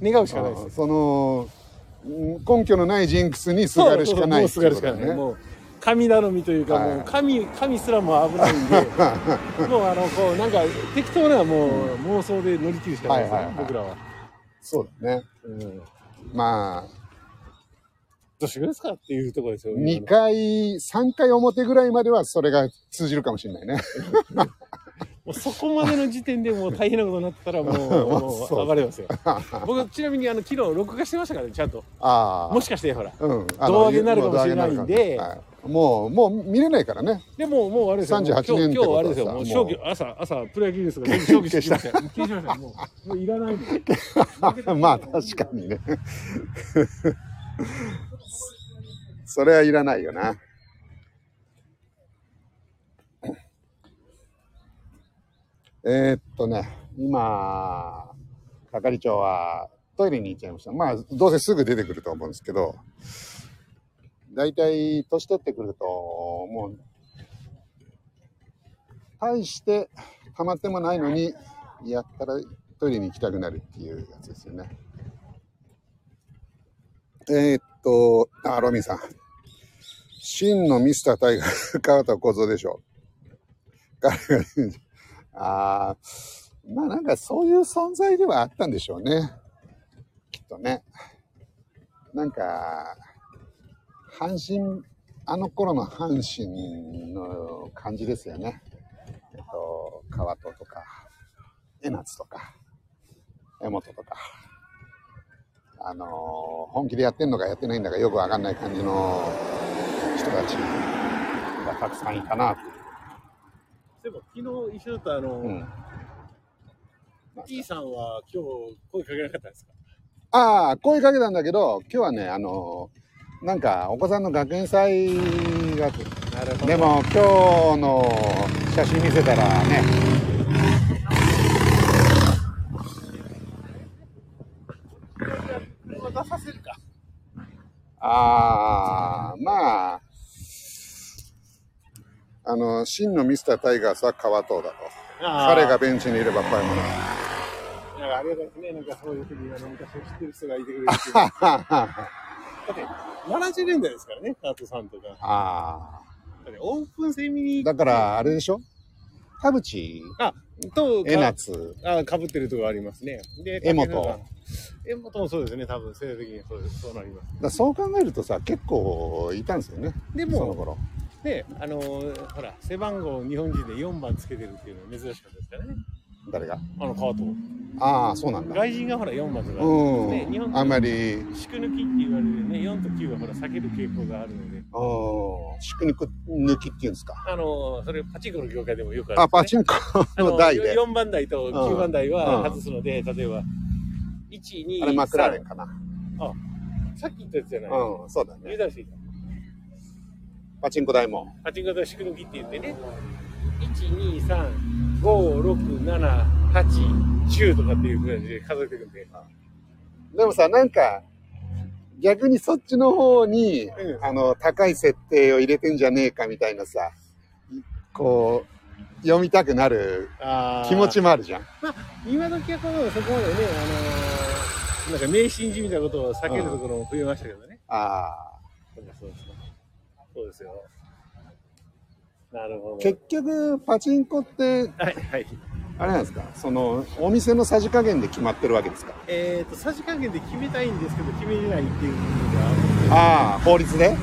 S2: 願うしかないです
S1: うんその、うん根拠のないジンクスにすがるしかない
S2: そうそうそうもうすが
S1: っ
S2: るしか
S1: て
S2: な
S1: いう
S2: い
S1: こと
S2: もう神頼みというか、
S1: はい
S2: もう神神すらも危ないんでもうあのこうなんか適当なもう妄想で乗り切るしかないですね、
S1: はいはいはい
S2: 僕らは、
S1: そうだね。
S2: うん、ど
S1: まあ、
S2: うしてくれですかっていうところですよ
S1: 2回、3回表ぐらいまではそれが通じるかもしれないね。
S2: もうそこまでの時点でもう大変なことになってた らもう
S1: まあ
S2: も
S1: そう
S2: う暴れますよ 僕ちなみにあの昨日録画してましたからねちゃんと
S1: ああ。
S2: もしかしてほら
S1: うん、
S2: 胴上げになるかもしれないんで
S1: 胴上げになるかもはいもう、もう見れないからね。
S2: でももうあれですよもう
S1: 38
S2: 今日
S1: 年って
S2: 今
S1: こと
S2: 日あれですよ
S1: はさ
S2: もう
S1: もう
S2: 消去朝朝プロ野球ニュースが全部消去してきました よ消しましたよもうもういらないん で
S1: まあ確かにね。 それはいらないよな。えーっとね、今、係長はトイレに行っちゃいました。まあ、どうせすぐ出てくると思うんですけど、だいたい年取ってくると、もう、大して溜まってもないのに、やったらトイレに行きたくなるっていうやつですよね。えーっと、あ、ロミンさん。真のミスタータイガー、川田小僧でしょ。 彼が、ああ、まあなんかそういう存在ではあったんでしょうね。きっとね。なんか、阪神、あの頃の阪神の感じですよね。えっと、川戸とか、江夏とか、江本とか、あのー本気でやってんのかやってないんだかよくわかんない感じの人たちがたくさんいたなっていう。
S2: でも昨日一緒だったあの、
S1: うん、
S2: T さんは今日声かけなかったですか
S1: ああ、声かけたんだけど、今日はね、あのーなんかお子さんの学園祭があって
S2: なる
S1: でも今日の写真見せたらね、ああ、まあ、あの、真のミスタータイガースは川藤だと。彼がベンチにいれば怖いもの。
S2: なんかありがたいですね。なんかそういうふうに、あの、昔を知ってる人がいて くれるっていう。だ
S1: あ
S2: って、70年代ですからね、カートさんとか。だ
S1: あ。
S2: ってオープン戦見に行っ
S1: だから、あれでしょ田淵、
S2: あ、と、
S1: 江夏、
S2: あ、かぶってるとこありますね。で、
S1: 江本
S2: かけるのが。江本もそうですね、多分、成績にそうですそうなります。
S1: だからそう考えるとさ、結構いたんですよね。
S2: で
S1: その
S2: も、
S1: 頃。
S2: ね、あのー、ほら、背番号を日本人で4番つけてるっていうのは珍しかったですからね。
S1: 誰が
S2: あの、カート。
S1: ああ、そうなんだ。
S2: 外人がほら、4番とかあるんですね。日
S1: う
S2: 本
S1: ん。
S2: 人
S1: あんまり、
S2: 宿抜きって言われるね、4と9はほら、避ける傾向があるので。
S1: うん、宿抜く抜きっていうんですか。
S2: あの、それパチンコの業界でもよくある、
S1: あ、パチンコの台で。
S2: 4番台と9番台
S1: うん
S2: は外すので、例えば、1、2、
S1: あれマクラーレ
S2: 3
S1: ンかな。
S2: さっき言ったやつじゃない。
S1: うん、そうだ
S2: 油
S1: ね。
S2: 断していた。
S1: パチンコ台も。
S2: パチンコ台宿抜きって言ってね、1、2、3、5、6、7、8、10とかっていう感じで数えていくんで。
S1: でもさ、なんか、逆にそっちの方に、
S2: うん
S1: あの、高い設定を入れてんじゃねえかみたいなさ、こう、読みたくなる
S2: あ
S1: 気持ちもあるじゃん。
S2: 今時はこのそこまでね、あのーなんか迷信じみたことを避けるところも増えましたけどね。
S1: あ
S2: そうですそうですそうですよ。なるほど。
S1: ー結局、パチンコって、
S2: はいはい。
S1: あれなんですか、その、お店のさじ加減で決まってるわけですか。
S2: えっ、と、さじ加減で決めたいんですけど、決めれないっていう
S1: ああ、法律で
S2: のが、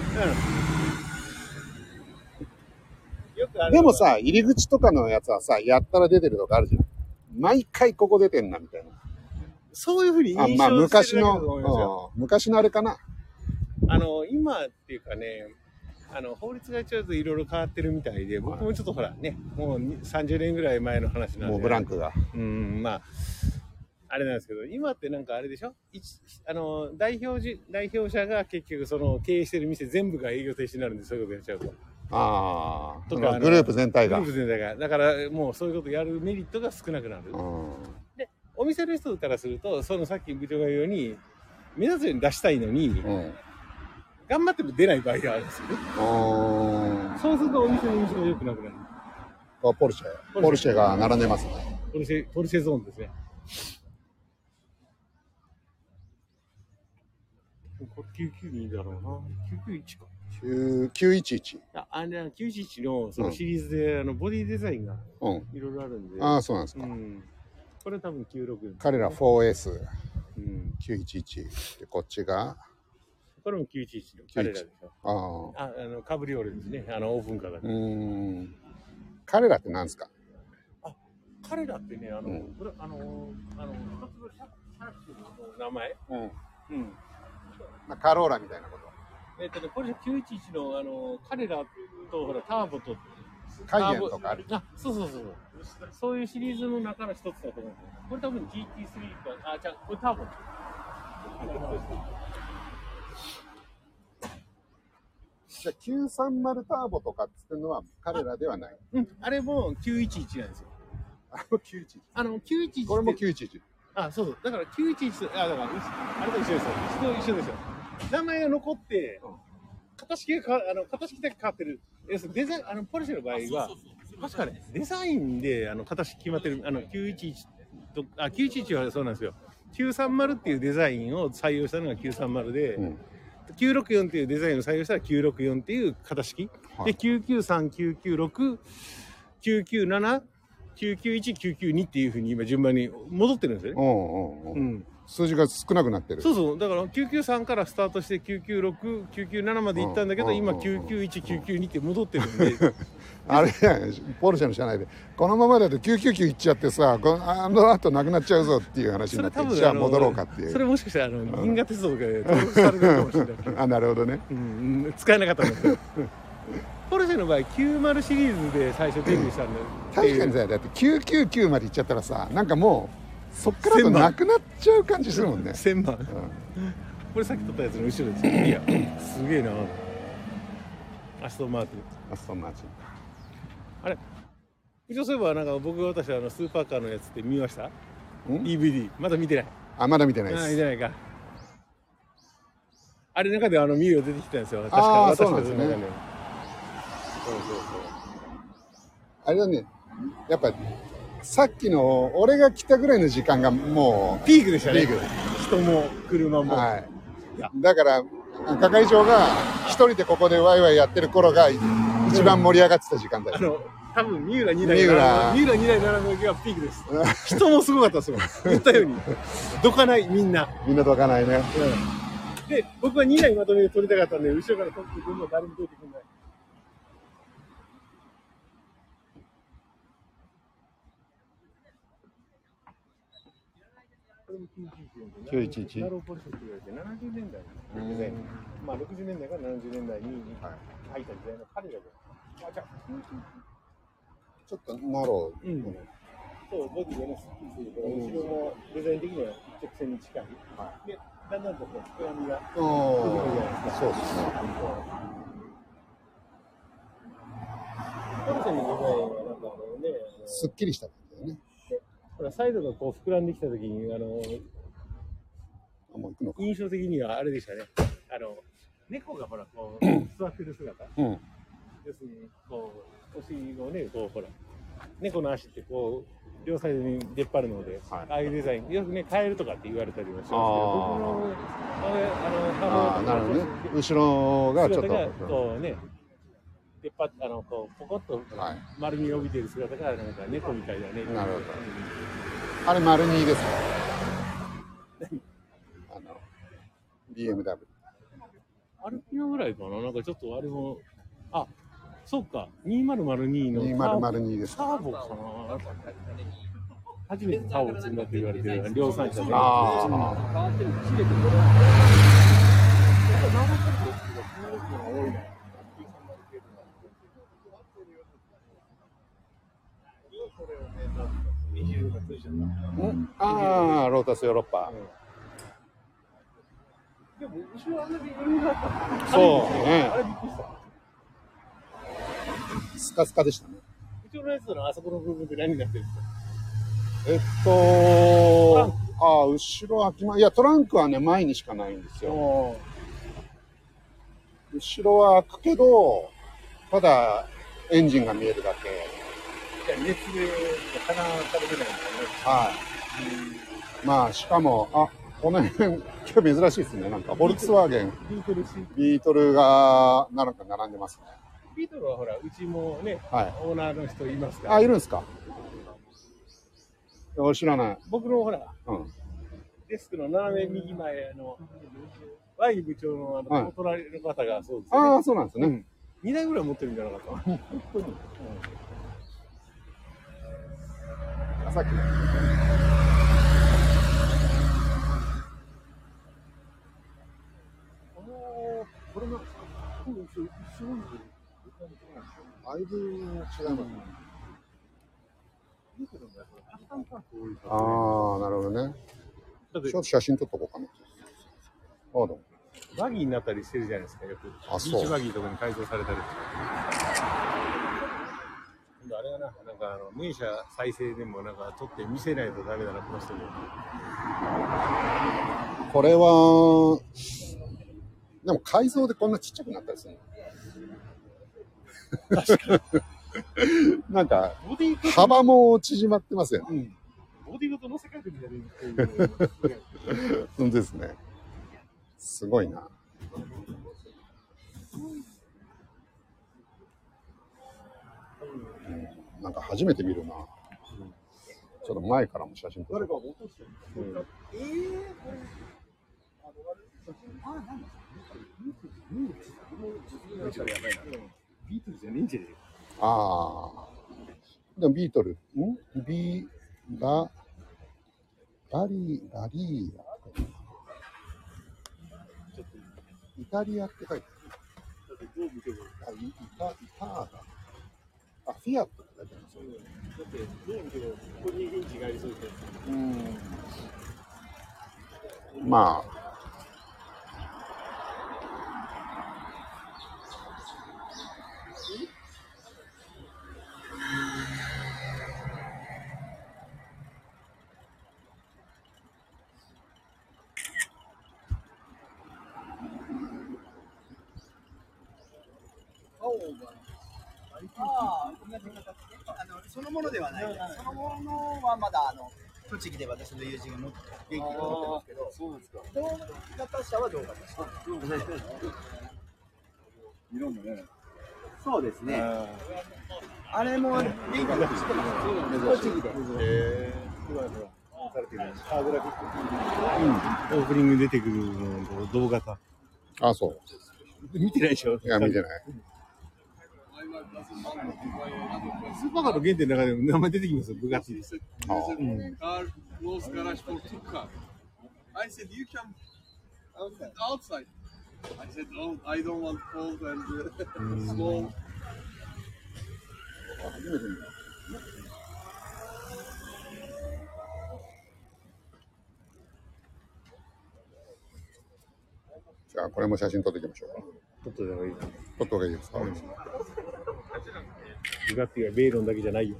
S2: うん。よくある
S1: でも、さ、入り口とかのやつはさ、やったら出てるとかあるじゃん。毎回ここ出てんな、みたいな。
S2: そういうふうに
S1: あ、
S2: 印
S1: まあ、
S2: 象し
S1: 昔
S2: てるだけだと思いますよ。
S1: の、うん昔のあれかな。
S2: あの、今っていうかね、あの、法律がちょっといろいろ変わってるみたいで、僕もちょっとほらね、もうに30年ぐらい前の話なんで。
S1: もうブランクが。
S2: うん、まあ、あれなんですけど、今ってなんかあれでしょ一あの、代表じ、代表者が結局その経営してる店全部が営業停止になるんで、そういうことやっちゃうと。
S1: ああ、
S2: と
S1: そ
S2: かあ
S1: の
S2: の
S1: グループ全体が。
S2: グループ全体が。だからもうそういうことやるメリットが少なくなる。
S1: うん
S2: お店の人からすると、そのさっき部長が言うように、目立つように出したいのに、
S1: うん
S2: 頑張っても出ない場合があるんですよね。
S1: あ
S2: そうするとお店の印象が良くなくなる。
S1: ポルシェ。ポルシェが並んでますね。
S2: ポルシェ、ポルシェゾーンですね。これ992だろうな。991か。
S1: 9 911。
S2: ああれは911のそのシリーズで、あのボディデザインが
S1: うん。
S2: いろいろあるんで、
S1: ああ、そうなんです
S2: う
S1: か。
S2: ん、これ多分96、
S1: 彼ら 4S、
S2: うん、
S1: 911。で、こっちが、
S2: これも911の彼らでしょ。
S1: ああ。
S2: ああのカブリオレですね、あのオープンカーだ
S1: う
S2: から。
S1: ーん。彼らって何ですか
S2: 彼らってね、あの、
S1: うん
S2: これあの、あの、一つのシャシャープの名前、
S1: うん。
S2: うん、
S1: まあカローラみたいなこと。
S2: えっとね、これ911のあの彼らとほらターボと
S1: カイエンとかある。
S2: あ、そうそうそうそう。そういうシリーズの中の一つだと思う。これ多分 GT3 か、あ、じゃこれ多分。
S1: じゃあ930ターボとかっつってのは彼らではない。
S2: うん、あれも911なんですよ。
S1: あれも911。
S2: あの、911って。
S1: これも911。
S2: あ、そうそう。だから911と、あ、だから、うちあれと一緒ですよ。うちと一緒ですよ。名前が残って
S1: うん、
S2: 形式がか、あの、形式だけ変わってる。要するにデザイン、あの、ポルシェの場合は、確かね、デザインで、あの、形決まってる、あの、911と、あ、911はそうなんですよ。930っていうデザインを採用したのが930で、
S1: うん
S2: 964っていうデザインを採用したら964っていう形式。
S1: はい
S2: で、993、996、997、991、992っていうふうに今順番に戻ってるんですよ
S1: う
S2: ね。
S1: んうんう。
S2: うんん。
S1: 数字が少なくなってる。
S2: そうそう。だから993からスタートして996、997まで行ったんだけど、
S1: うん
S2: 今
S1: うんうんうん
S2: 991、992って戻ってる んで。
S1: あれポルシェの車内でこのままだと999行っちゃってさこのあの後なくなっちゃうぞっていう話に
S2: そ
S1: な
S2: れ
S1: って
S2: 多分
S1: じゃあ
S2: の
S1: 戻ろうかってい
S2: そうれもしかしたら、あの、銀河鉄道とかで登録されてるかもしれない。
S1: あなるほどね
S2: うん、うん使えなかったんだけど。ポルシェの場合、90シリーズで最初デビューしたんだよ。
S1: 確かにさだって999まで行っちゃったらさなんかもうそっからだとなくなっちゃう感じするもんね、
S2: 1000万。
S1: う
S2: これさっき撮ったやつの後ろですよ。いや、すげえな。アストンマーティン。
S1: ん、アストンマーチン
S2: 一応そういえば、なんか僕が私、あの、スーパーカーのやつって見ました
S1: ん
S2: ?DVD。まだ見てない。
S1: あまだ見てない
S2: ああ、
S1: で
S2: 見
S1: す
S2: てないか。あれの中であのミュウヨ出てきたんですよ。確か
S1: あー
S2: 私
S1: そうなんですね
S2: の中そうそう
S1: あれだね、やっぱ、さっきの、俺が来たぐらいの時間がも
S2: そう。ピークでしたね。
S1: ピーク
S2: 人も車
S1: う、
S2: も。
S1: はい
S2: や
S1: い。だから、係長が一人でここでワイワイやってる頃が一番盛り上がってた時間だ
S2: あ
S1: よ。
S2: の、多分三浦2台
S1: 三浦
S2: 三浦2台並ぶ時がピークです。人もすごかったですもん。言ったように。どかない、みんな。
S1: みんなとわかないね。
S2: で、僕は2台まとめて撮りたかったんで、後ろから撮ってくるの誰も撮ってくれない。
S1: 911
S2: ナローポリシェって言われて70年代のデザインまあ60年代から70年代に入った時代の彼らが、あじゃあ
S1: ちょっとなろう。
S2: うんそう、ボディがね、スッキリしてるから、後ろもデザイン的には一直線に近い。で、だんだんとこう、膨らみが。
S1: うんそうですね。
S2: ポルシェのデザインはなんかあのね、あの
S1: すっきりしたんだよね。
S2: ほら、サイドがこう膨らんできた時に、あの、
S1: あもう行くのか。
S2: 印象的にはあれでしたね。あの、猫がほら、こう、座ってる姿。
S1: うん。
S2: 要するに、こう、お尻をね、こう、ほら、猫の足ってこう、両サイドに出っ張るので、
S1: はい
S2: ああいうデザイン、よくね、カエルとかって言われたりはしますけど、僕
S1: あ
S2: の、あれ、
S1: あ
S2: あの、
S1: あ、
S2: 看板
S1: なるほどね。後ろがちょっ
S2: 姿
S1: と。
S2: がこうね、出っ張って、あの、こう、ポコッと
S1: はい。
S2: 丸みを帯びてる姿が、なんか猫みたいだね。
S1: なるほどあれ、丸二 ですかあの、BMW。
S2: アルピノぐらいかななんかちょっとあれも、あ、そうか、2002のターボ
S1: 2002です
S2: タ
S1: か。
S2: ーボかな初めてターボを積んだと言われてる量産車で。
S1: あ
S2: うん
S1: あ、うんああ、ロータスヨーロッパ。
S2: でも、後ろあんなに余裕があった
S1: そうね
S2: あれびっくりした。
S1: スカスカでしたね。
S2: うちのやつのあそこの部分って何になってるんですか
S1: えっと、ああ、後ろ開きま、いや、トランクはね、前にしかないんですよ。
S2: おー
S1: 後ろは開くけど、ただ、エンジンが見えるだけ。
S2: じゃあ、熱で、鼻は食べてないんだよね。
S1: はい。まあ、しかも、あ、この辺、今日珍しいですね。なんか、フォルクスワーゲン、
S2: ビートルシ
S1: ビートルが、なんか並んでますね。
S2: ビートルはほら、うちもね、
S1: はい。
S2: オーナーの人いますから。
S1: あ、いるんですかお知らない。
S2: 僕のほら、
S1: うん。
S2: デスクの斜め右前の、ワイ部長のあの、
S1: はい
S2: この隣の方がそうです
S1: あ
S2: よね。
S1: あ、そうなんですね。
S2: 2台ぐらい持ってるんじゃなかったかな
S1: あさっきの。
S2: これなんですか
S1: だいぶ違いますね。ああ、なるほどね。
S2: だっ
S1: ち
S2: て
S1: ょっと写真撮っとこうかな。ああ、でも。
S2: バギーになったりしてるじゃないですか、よく。
S1: あそう
S2: ビーチバギーとかに改造されたりとか。今あれがな、なんかあの、名車再生でもなんか撮って見せないとダメだな、この人も。
S1: これは、でも改造でこんなちっちゃくなったりするのなんか、
S2: ボディート
S1: 幅も縮まってますよね。
S2: うん。ボディートの世界的じゃねえっていう。
S1: そうですね。すごいな。うんなんか初めて見るな。ちょっと前からも写真撮る。
S2: ビートルやばいな。ビートルじゃねえんじゃね
S1: ああ。でもビートル、んビー、バ、バリー、バリーヤって
S2: えちょっと、
S1: イタリアって書いて
S2: だってどう見ても、
S1: ある。あイイタ、イターだ。あ、フィアットって書いてあるんですよ。
S2: だってどう見ても、ここにインチがありそうで。
S1: まあ。
S4: ああ、同じ形であのそのものではないです。そのものはまだあの栃木で私の友人が持って元気に持ってます
S2: そうですか。
S4: けど、動画者は動画です。
S2: 色もね。
S4: そうですね。
S2: あ
S4: あれも元気にしてます。栃木で。
S2: ーへーほらほらあグラフィックオープニングに出てくるのの動画か。
S1: あ、そ
S2: 見てないでしょ
S1: う。いや、見て
S2: ない。
S1: ない。
S2: スーパーカーの原点の中でも名前出てきますよ、部活。
S1: ああ
S5: car was garage for two car. I said you can uh, outside. I said oh I don't want cold and uh, small.
S1: じゃあ、これも写真撮っていきましょうか。
S2: ちょっとでもいいな。
S1: 撮った方がいいですか、
S2: 部活がベイロンだけじゃないよ。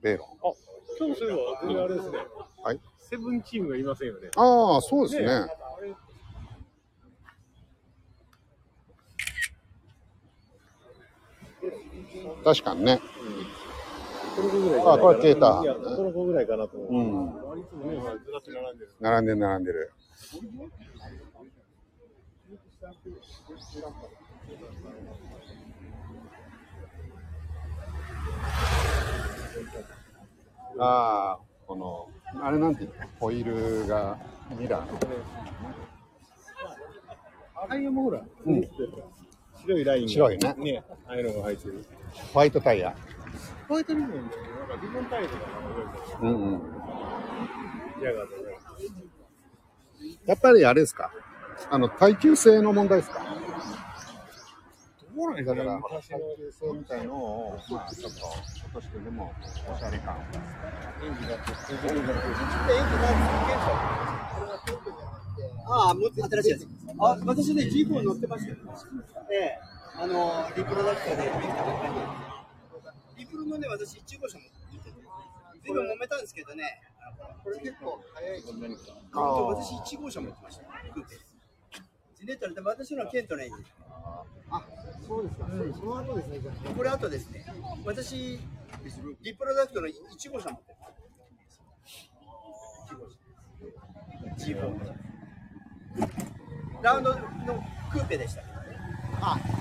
S1: ベーロン。
S2: あ、今日そういえば、これあれですね。
S1: はい。
S2: セブンチームがいませんよね。
S1: ああ、そうですね。確かにね。
S2: この子ぐらい
S1: あこれ消えた
S2: いや、この子ぐらいかなと思う。いつもね、ほらずらっと並んでる。
S1: 並んでる並んでる。ああ、この、あれなんていうのホイールがミラーの。
S2: タイヤもほら、白いラインが。
S1: 白いね
S2: ね、ああいうのが入ってる。
S1: ホワイトタイヤ。
S2: こういうともね、なんかリボンタイヤとか
S1: うんうん。
S2: のヤガーとかね。
S1: やっぱりあれですかあの、耐久性の問題ですかどうなんだから、耐久性みたいのを、まあ、ちょっと落としてでも、おしゃれ感を出す。
S4: ああ、もう新しいやつ。あ、私ね、ジーコに乗ってましたよ。ええ、あの、リプロダクターでできたばっかり。リプロのね、私1号車も持ってて、全部揉めたんですけどね、あのこれ結構早いし、私1号車も持ってました。クーペジェネータルで私のはケントレイン。
S3: そうですか。その後ですね。
S4: これ後ですね、私、リプロダクトの1号車持ってます。1号車。ラウンドのクーペでしたけどね。あ、トッ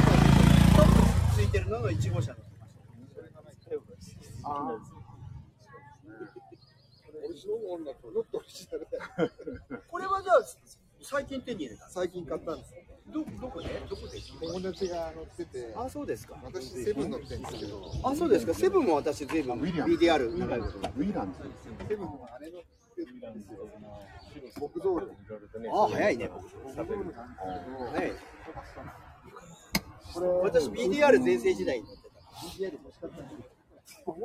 S4: プトップついてるのの1号車乗ってました。これはじゃあ、最近手に入れた
S3: 最近買ったんです。
S4: どどこでどこで
S3: 友達が乗ってて、
S4: あ、そうですか。
S3: 私セブン乗ってるんですけど、
S4: あ、そうですか。セブンも私、ずいぶん
S1: ウィリアム
S4: BDR 長いこと。
S1: ウィーランズ。
S3: セブンはあれ乗ってるんですよ。木造で。
S4: あ、早いね。
S3: 木造でなんですけど。
S4: はい。私 BDR 全盛時代に乗ってた。BDR 欲しかったんですけど。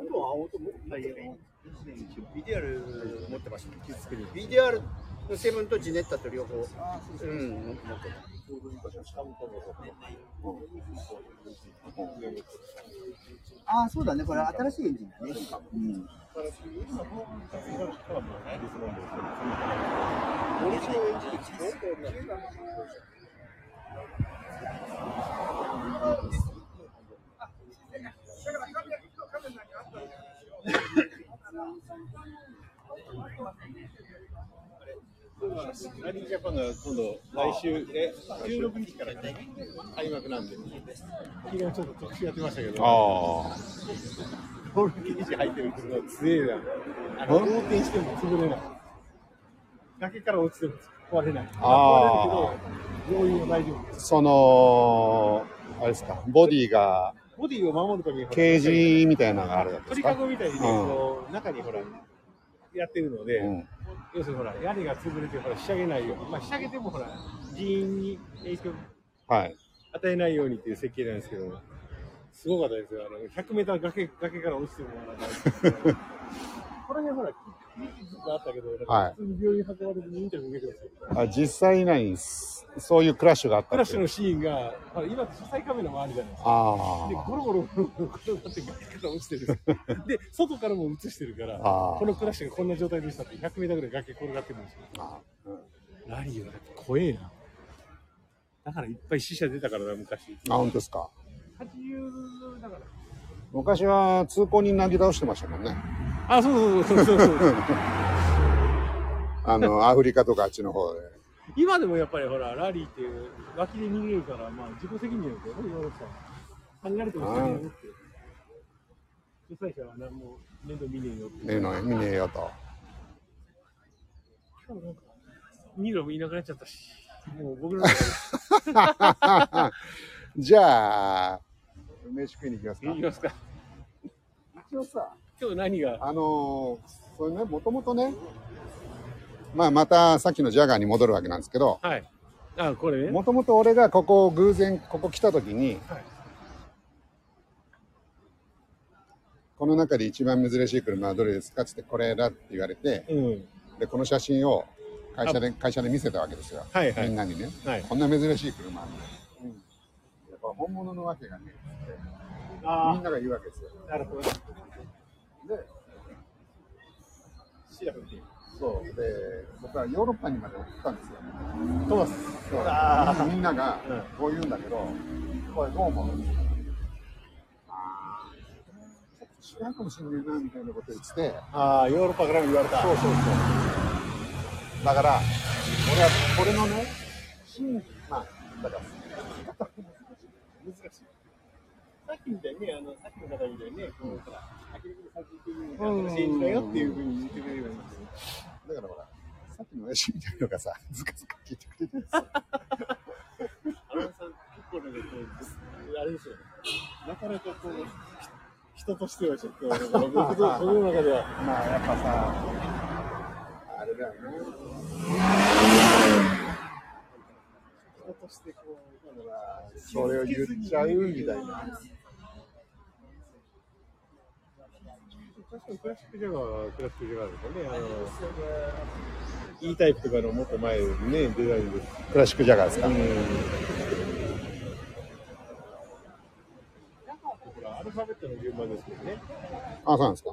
S4: BDR 持ってました BDR のセブンとジネッタと両方。うん、持ってた。ああ、そうだね。これ新しいエンジンだね。
S2: ラリージャパンが今度、来週、え、16日からね、開幕なんで。昨日ちょっと特集やってましたけど、
S1: あ
S2: ボールケージ入ってるの強いな。あの、横転しても潰れない。崖から落ちても壊れない。
S1: あー
S2: 壊れるけど、病院は大丈夫です。
S1: あ。その、あれですか、ボディが、
S2: ボディを守るために、
S1: ケージみたいなのがあるんです
S2: 鳥
S1: か
S2: かごみたいにね、
S1: うん
S2: この中にほら、やってるので、
S1: うん。
S2: 要するにほら、屋根が潰れてほら、仕上げないように、まあ、仕上げてもほら、人員に影響
S1: はい。
S2: 与えないようにっていう設計なんですけど、すごかったですよ、あの100メーター崖崖から落ちてもらわない。これね、ほら、傷があったけど、なん
S1: はい
S2: か普通に病院運ばれて、インタビュー受けてますよ。
S1: あ実際ない、そういうクラッシュがあった
S2: クラッシュ
S1: の。
S2: のシーンが、ほら今、車載カメラもあるじゃないですか。
S1: あ
S2: で、ゴロゴロゴロゴロ転がって、崖から落ちてる。で、外からも映してるから、
S1: あー
S2: このクラッシュがこんな状態でしたって、100メーターぐらい崖転がってるんですよ。
S1: あ。
S2: ラリーはやっぱ怖えな。だからいっぱい死者出たからだ、昔。
S1: あ、本当ですか。
S2: 80だから。
S1: 昔は通行人なぎ倒してましたもんね。
S2: あ、そうそうそうそうそう。
S1: あ の、アフリカとかあっちの方で。
S2: 今でもやっぱりほら、ラリーっていう脇で逃げるから、まあ自己責任ですよね、ヨーロッパは。考えるとも責任を持って。主催者は何も面倒見ねえよって。
S1: ねえの、見ねえよと。
S2: しかもなんか、ニーロもいなくなっちゃったし、もう僕らの中
S1: じゃあ、飯食いに行きます
S2: で
S1: か
S2: いき。ますか。
S1: 一応さ、
S2: 今日何が、
S1: あのーそれね、もともとね、まあ、またさっきのジャガーに戻るわけなんですけど、
S2: はい。あ、これね。
S1: もともと俺がここ、偶然ここ来た時に、
S2: はい
S1: この中で一番珍しい車はどれですかっつって、これだって言われて、
S2: うん。
S1: で、この写真を会社で、会社で見せたわけですよ。
S2: はいはい
S1: みんなにね、
S2: はい
S1: こんな珍しい車あるんだよやっぱ本物のわけがねえってみん
S2: あ
S1: なが言うわけですよ。
S2: あ、なるほど。
S1: で、
S2: シラフっていう。
S1: そう。で、僕はヨーロッパにまで送ったんですよ。
S2: トマス。
S1: そうみんなが
S2: うん
S1: こう言うんだけど、これどう思うあーちょっと違うかもしれないなみたいなこと言ってて、
S2: ああ、ヨーロッパからも言われた。
S1: そうそうそう。だから、俺はこれのね、真まあ、だから、
S2: 難しい。さっきみたいにね、あの、さっきの方みたいにね、こう、ほら、先に先行ってみる
S1: うん
S2: みたいな、信じたよっていうふうに言ってくれればいいんですよ。
S1: だからほら、さっきの親父みたいなのがさ、ずかずか聞いてくれてるんですよ。
S2: アナさん、結構なんかこう、あれですよね。なかなかこう、ひ人としてはちょっと、なんか僕の僕の中では、
S1: まあやっぱさ、あれだよね。
S2: 人としてこう、なんだろう
S1: それを言っちゃうみたいな。
S2: 確かにクラシックジャガーはクラシックジャガーですよね。あの、E タイプとかのもっと前のね、デザインです。
S1: クラシックジャガーですか、
S2: ほら、アルファベットの順番ですけどね。
S1: あ、そうなんですか。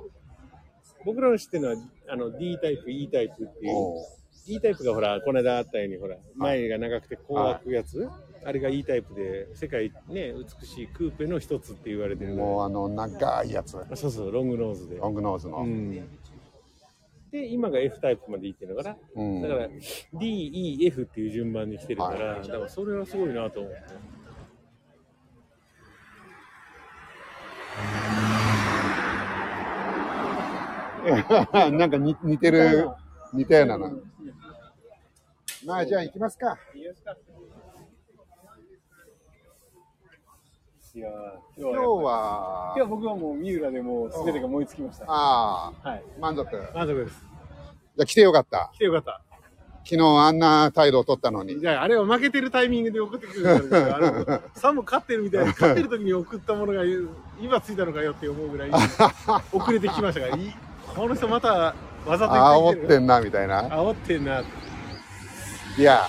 S2: 僕らの知ってるのは、あの、D タイプ、E タイプっていう。
S1: おー
S2: E タイプがほら、この間あったように、ほら、前が長くてこう開くやつ、あれが E タイプで、世界ね、美しいクーペの一つって言われてる
S1: もう
S2: の
S1: あの長いやつ、
S2: そうそう、ロングノーズで。
S1: ロングノーズの。
S2: うんで、今が F タイプまでいってるのかな。
S1: うん
S2: だから、D、E、F っていう順番に来てるから、
S1: は
S2: だからそれはすごいなと思って。
S1: なんか似似てる、似たようなの。まあじゃあ行きますか。
S2: いやー今
S1: 今
S2: 日
S1: 日
S2: は
S1: は
S2: 今日、は僕はもう三浦でもう全てが燃え尽きました。
S1: あ
S2: はい。
S1: あ、満足。じゃ
S2: 満足です。
S1: あ来てよかった。
S2: 来てよかった。
S1: 昨日あんな態度を取ったのに。
S2: じゃあ、あれは負けてるタイミングで送ってくるからですよあの、さも勝ってるみ たいな、勝ってる時に送ったものが、今ついたのかよって思う ぐらい、遅れてきましたから、いこの人またわざと
S1: ああ、
S2: 言
S1: 煽ってんな、みたいな。
S2: 煽ってんな。
S1: いや、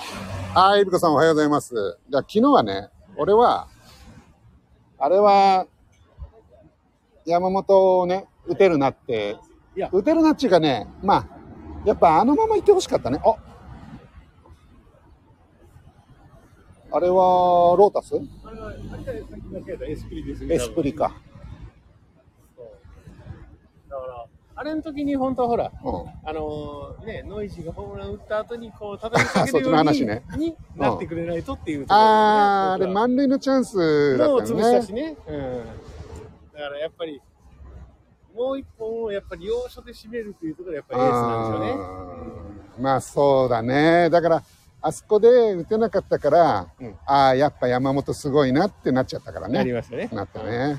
S1: ああ、いぶこさんおはようございます。じゃあ昨日はね、俺は、あれは、山本をね、打てるなって、
S2: いや
S1: 打てるなっていうかね、まあ、やっぱあのまま行ってほしかったね。ああれは、ロータス
S2: あれは、あれはさっき間違えたエスプリですね
S1: エスプリ。か。
S2: だから、あれの時に本当はほら、
S1: うん。
S2: あのね、ノイジーがホームラン打った後に、こう、叩きか け
S1: そ
S2: る
S1: っち
S2: よう
S1: の
S2: に
S1: 話ね
S2: になってくれないとっていうところだよね、
S1: あー、あれ
S2: 僕は
S1: 満塁のチャンスだ
S2: もう
S1: った
S2: 潰
S1: よ
S2: した
S1: ね
S2: し。ね。うん。だからやっぱり、もう一本をやっぱり要所で締めるというところがやっぱりエースなんですよね。
S1: あーまあそうだね。だから、あそこで打てなかったから、
S2: うん
S1: ああ、やっぱ山本すごいなってなっちゃったから
S2: なり
S1: ね。
S2: ましたね。
S1: なったね。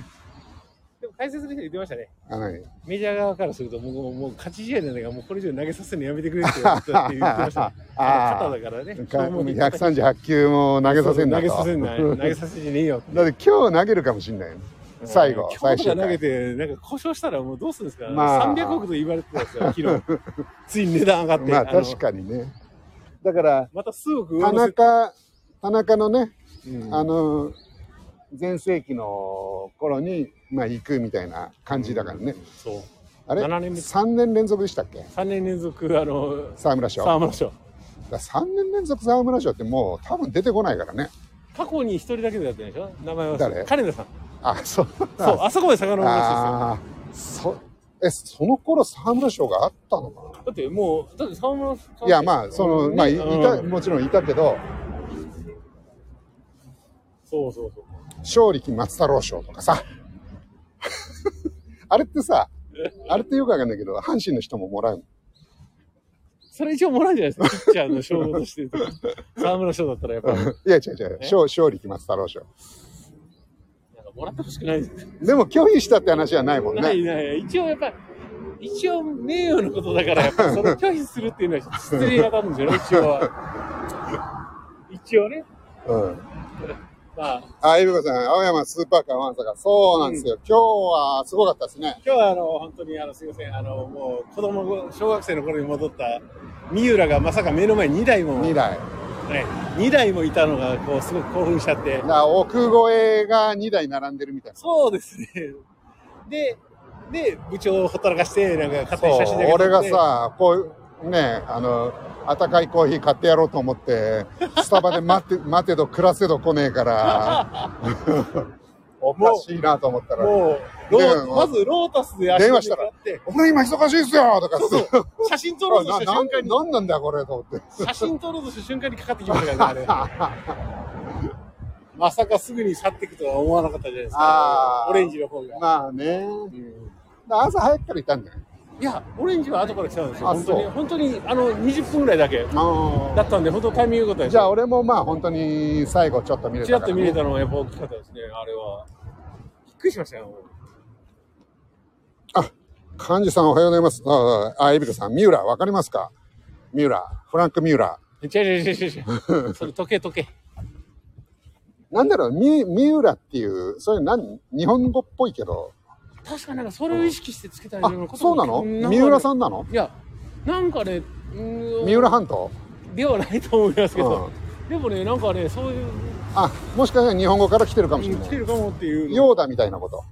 S2: でも解説の人言ってましたね。
S1: あの。
S2: メジャー側からすると、もうもうもう勝ち試合なんだから、もうこれ以上投げさせるのやめてくれって言って言ってました、ね
S1: あー
S2: 肩だからね。
S1: か
S2: もう
S1: 138球も投げさせんなと。
S2: 投げさせんな。投げさせてねえよ。
S1: だって今日投げるかもしんないよ。最後、
S2: 今
S1: 最
S2: 日
S1: 終
S2: が投
S1: 回。
S2: げて、なんか故障したらもうどうするんですか、
S1: まあ
S2: 300億と言われてたんですよ、昨日。ついに値段上がっ て。
S1: まあ
S2: の
S1: 確かにね。だから、
S2: また数億
S1: 田
S2: 上乗せて
S1: 中、田中のね、
S2: うん
S1: あの、前世紀の頃に、まあ行くみたいな感じだからね。
S2: そう。
S1: あれ
S2: 7年目
S1: ?3 年連続でしたっけ
S2: 3年連続、あの、
S1: 沢村賞。
S2: 沢村賞。
S1: だ3年連続沢村賞ってもう多分出てこないからね。
S2: 過去に一人だけでやってるでしょ名前は
S1: 誰
S2: 金田さん
S1: あ、そう。
S2: そうあそこまで遡りました
S1: ああ、そ、え、その頃沢村賞があったのか
S2: だってもうだって沢村さん
S1: ないや、まあ、その、まあ、いいた、
S2: うん
S1: もちろんいたけど、
S2: そうそうそう
S1: 勝力松太郎賞とかさ。 あれってさ、あれってよくわかんないけど、阪神の人ももらうの。
S2: それ一応もらうんじゃないですかピッチャーの賞として沢村賞だったらやっぱりなんか
S1: いや、違う違う、勝勝力松太郎賞。
S2: もらってほしくないです
S1: でも拒否したって話はないもん
S2: ない
S1: ね。
S2: ない一応やっぱり一応名誉のことだから やっぱそれ拒否するっていうのは失礼が当たるんですよね一応は一応ね
S1: うん。
S2: まあ
S1: あ、ゆみこさん、青山スーパーカーワンサが、そうなんですよ。今日はすごかったですね。
S2: 今日はあの本当にあのすいませんあのもう子供小学生の頃に戻った三浦がまさか目の前に2台も
S1: 2台。
S2: ね、2台もいたのがこうすごく興奮しちゃって
S1: だから奥越えが2台並んでるみたいな。
S2: そうですねでで部長をほったらかしてなんか勝手に写真だけ撮って
S1: 俺がさ、こう、ね、あの、温かいコーヒー買ってやろうと思って、スタバで待って、 待てど暮らせど来ねえから、おかしいな と思ったら、
S2: もうロー
S1: ね
S2: まずロータスで足
S1: 電話したら
S2: を狙って
S1: 俺今忙しいっすよとかそうそう
S2: 写真撮ろうと
S1: な
S2: した瞬間に
S1: なんなんだよこれと思って。
S2: 写真撮ろうとした瞬間にかかってきましたからねあ れまさかすぐに去っていくとは思わなかったじゃないですか
S1: あー
S2: オレンジの方が、
S1: まあね。
S2: うん
S1: 朝早くからいたんだよ。
S2: いや、オレンジは後から来たんですよ。
S1: あ
S2: 本当に、
S1: そう
S2: 本当に、あの、20分ぐらいだけ。だったんで、本当タイミングよかったです。
S1: じゃあ、俺もまあ本当に最後ちょっと見れ
S2: ち
S1: た
S2: ら
S1: か
S2: っ
S1: ら、
S2: と見れたのがやっぱ大きかったですね、あれは。びっくりしましたよ。
S1: 幹事さんおはようございます。ああ、あエビカさん、三浦わかりますか三浦、フランク三浦。
S2: 違う違う 違う違う違う。それ、時計時計。
S1: なんだろう、み三浦っていう、それなん日本語っぽいけど、
S2: 確かなんか、それを意識してつけたよ
S1: あ
S2: うなこと
S1: そうなの三浦さんなの
S2: んかねいや、なんかね、うん
S1: 三浦半島、
S2: ではないと思いますけど、
S1: うん
S2: でもね、なんかね、そういう、
S1: あもしかしたら日本語から来てるかもしれ
S2: 来
S1: な
S2: て
S1: い。
S2: るかもっていうの。
S1: ヨーダみたいなこと。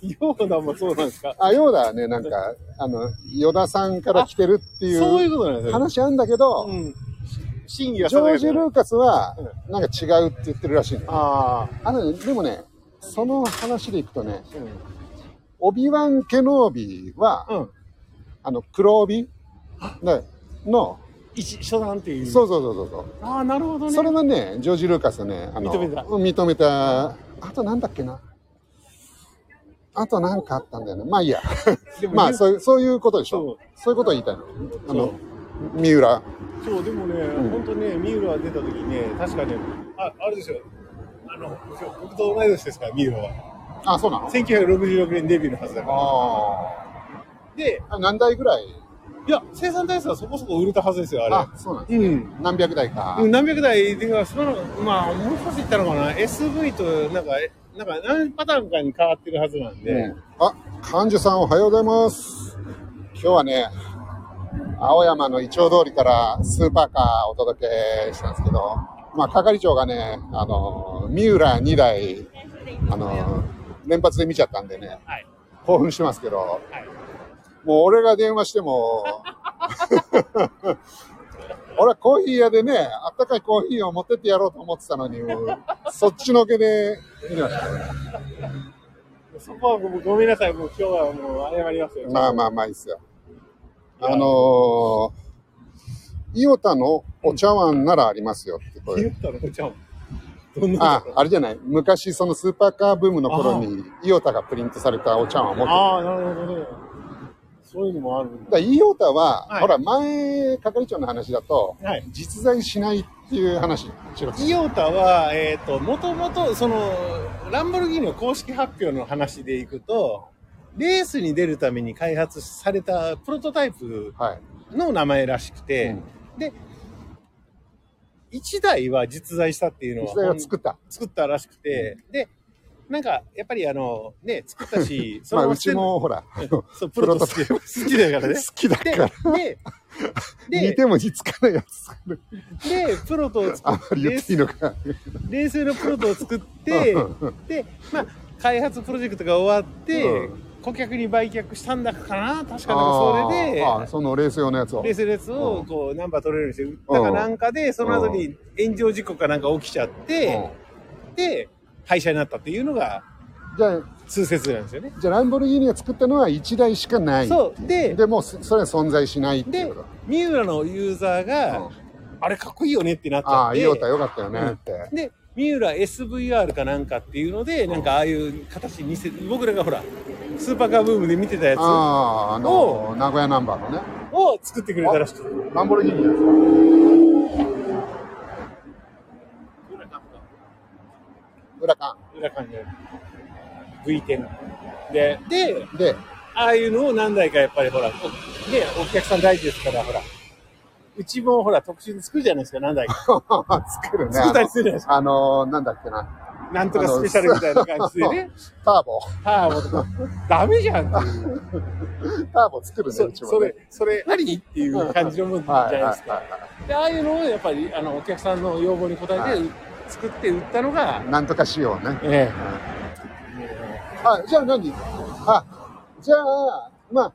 S2: ようだもそうなんですか。
S1: あ、ヨーダはね、なんか、あの、ヨダさんから来てるってい
S2: そういう
S1: う
S2: ことなんですよ。
S1: 話あるんだけど、
S2: うん。真偽が
S1: ジョージ・ル
S2: る。
S1: ーカスは、なんか違うって言ってるらしいのよ
S2: あ
S1: あのねでもね、その話でいくとね、
S2: あ。うん
S1: オビワン・ケノービーは、
S2: うん。
S1: あの、黒帯ねの、
S2: 一初段っていう。
S1: そうそうそうそうそう。
S2: ああ、なるほどね。
S1: それはね、ジョージ・ルーカスね、あの
S2: 認めた
S1: 認めたあとなんだっけな。あとなんかあったんだよね。まあいいや。
S2: でも
S1: まあ
S2: ね
S1: そういうそういうことでしょ。そういうことを言いたいの。あの、三浦。
S2: そう、でもね、本当にね、三浦が出た時にね、確かね、ああれですよ。あの、今日僕と同い年ですから、三浦は。
S1: あ、そうなの
S2: 1966年デビューのはずだから。
S1: あ
S2: で、
S1: あ。何台ぐらい
S2: いや、生産台数はそこそこ売れたはずですよ、あれ。
S1: あ、そうなんです
S2: うん。
S1: 何百台か。
S2: うん何百台では、その、まあ、もう少し言ったのかな、SV と、なんか、えなんか何パターンかに変わってるはずなんで、
S1: うんあ、患者さんおはようございます。今日はね、青山のイチョウ通りからスーパーカーをお届けしたんですけど、まあ、係長がね、あの、三浦2台、あの、連発で見ちゃったんでね、
S2: はい
S1: 興奮してますけど、もう俺が電話して も、俺はコーヒー屋でね、あったかいコーヒーを持ってってやろうと思ってたのに、もうそっちのけで見てました。
S2: そこはごめんなさい、もう今日はもう謝りますよ。
S1: まあまあまあいいっすよ。あのー、イオタのお茶碗ならありますよってこ
S2: 言
S1: れ。
S2: ったの、ちゃん。どんな
S1: あ、あれじゃない。昔そのスーパーカーブームの頃にイオタがプリントされたお茶碗を持ってる。
S2: ああ、なるほどね。そういうのもあるん
S1: だからイオタは、
S2: はい
S1: ほら前、係長の話だと、
S2: だ。はい。
S1: 実在しないっていう話。
S2: イオタは、えっ、と、もともと、その、ランボルギーニの公式発表の話でいくと、レースに出るために開発されたプロトタイプ
S1: はい。
S2: の名前らしくて、で、1台は実在したっていうのは
S1: 実在は作った。
S2: 作ったらしくて、で、なんか、やっぱりあの、ね、作っ たし、
S1: まあ
S2: の
S1: うちもほら、
S2: そう、プロトタイプ好きだか
S1: 好
S2: らね。
S1: きだか
S2: で
S1: ら、、
S2: で、
S1: 似ても似つかないやつ作る。
S2: で、プロトを
S1: あ
S2: 作
S1: んま
S2: って、
S1: り言っていいのか。
S2: 冷静のプロトを作って、で、まあ、開発プロジェクトが終わって、
S1: うん
S2: 顧客に売却したんだかな確かなん
S1: あ
S2: かそれ
S1: ー
S2: で
S1: あーそのレース用のやつを
S2: レースレースをこうナンバー取れるようにして売ったかなんかでその後に炎上事故かなんか起きちゃっ
S1: う
S2: てで廃車になったっていうのが
S1: んじゃあ
S2: 通説なんですよね
S1: じゃあランボルギーニが作ったのは1台しかない
S2: そうで
S1: でもうそそれは存在しないってい
S2: で
S1: うこと
S2: 三浦のユーザーが、
S1: うん
S2: あれかっこいいよねってなっち
S1: あ
S2: ゃ
S1: あ
S2: っ
S1: いい
S2: て
S1: よったよかったよねって、
S2: で三浦 SVR かなんかっていうのでなんかああいう形に似せ僕らがほらスーパーカーブームで見てたやつ
S1: あああの名古屋ナンバーのね
S2: を作ってくれたらしくて
S1: ランボルギーニですか裏か
S2: 裏感じで V10 でで
S1: で
S2: ああいうのを何台かやっぱりほら、おね、お客さん大事ですから、ほら。うちもほら、特集で作るじゃないですか、何台か。
S1: 作るね
S2: 作ったりするじゃないです
S1: あのなんだっけな
S2: なんとかスペシャルみたいな感じでね。
S1: ターボ
S2: ターボとか、ダメじゃんっていう。
S1: ターボ作るね
S2: そう
S1: ちも
S2: そ
S1: ね
S2: れ、それありっていう感じのもんじゃ
S1: は
S2: ないい
S1: は
S2: で
S1: い
S2: すか。
S1: は
S2: で、ああいうのをやっぱり、あの、お客さんの要望に応えて、
S1: はい
S2: 作って売ったのが
S1: い、なんとかしようね
S2: え
S1: あじゃあ何あじゃあまあ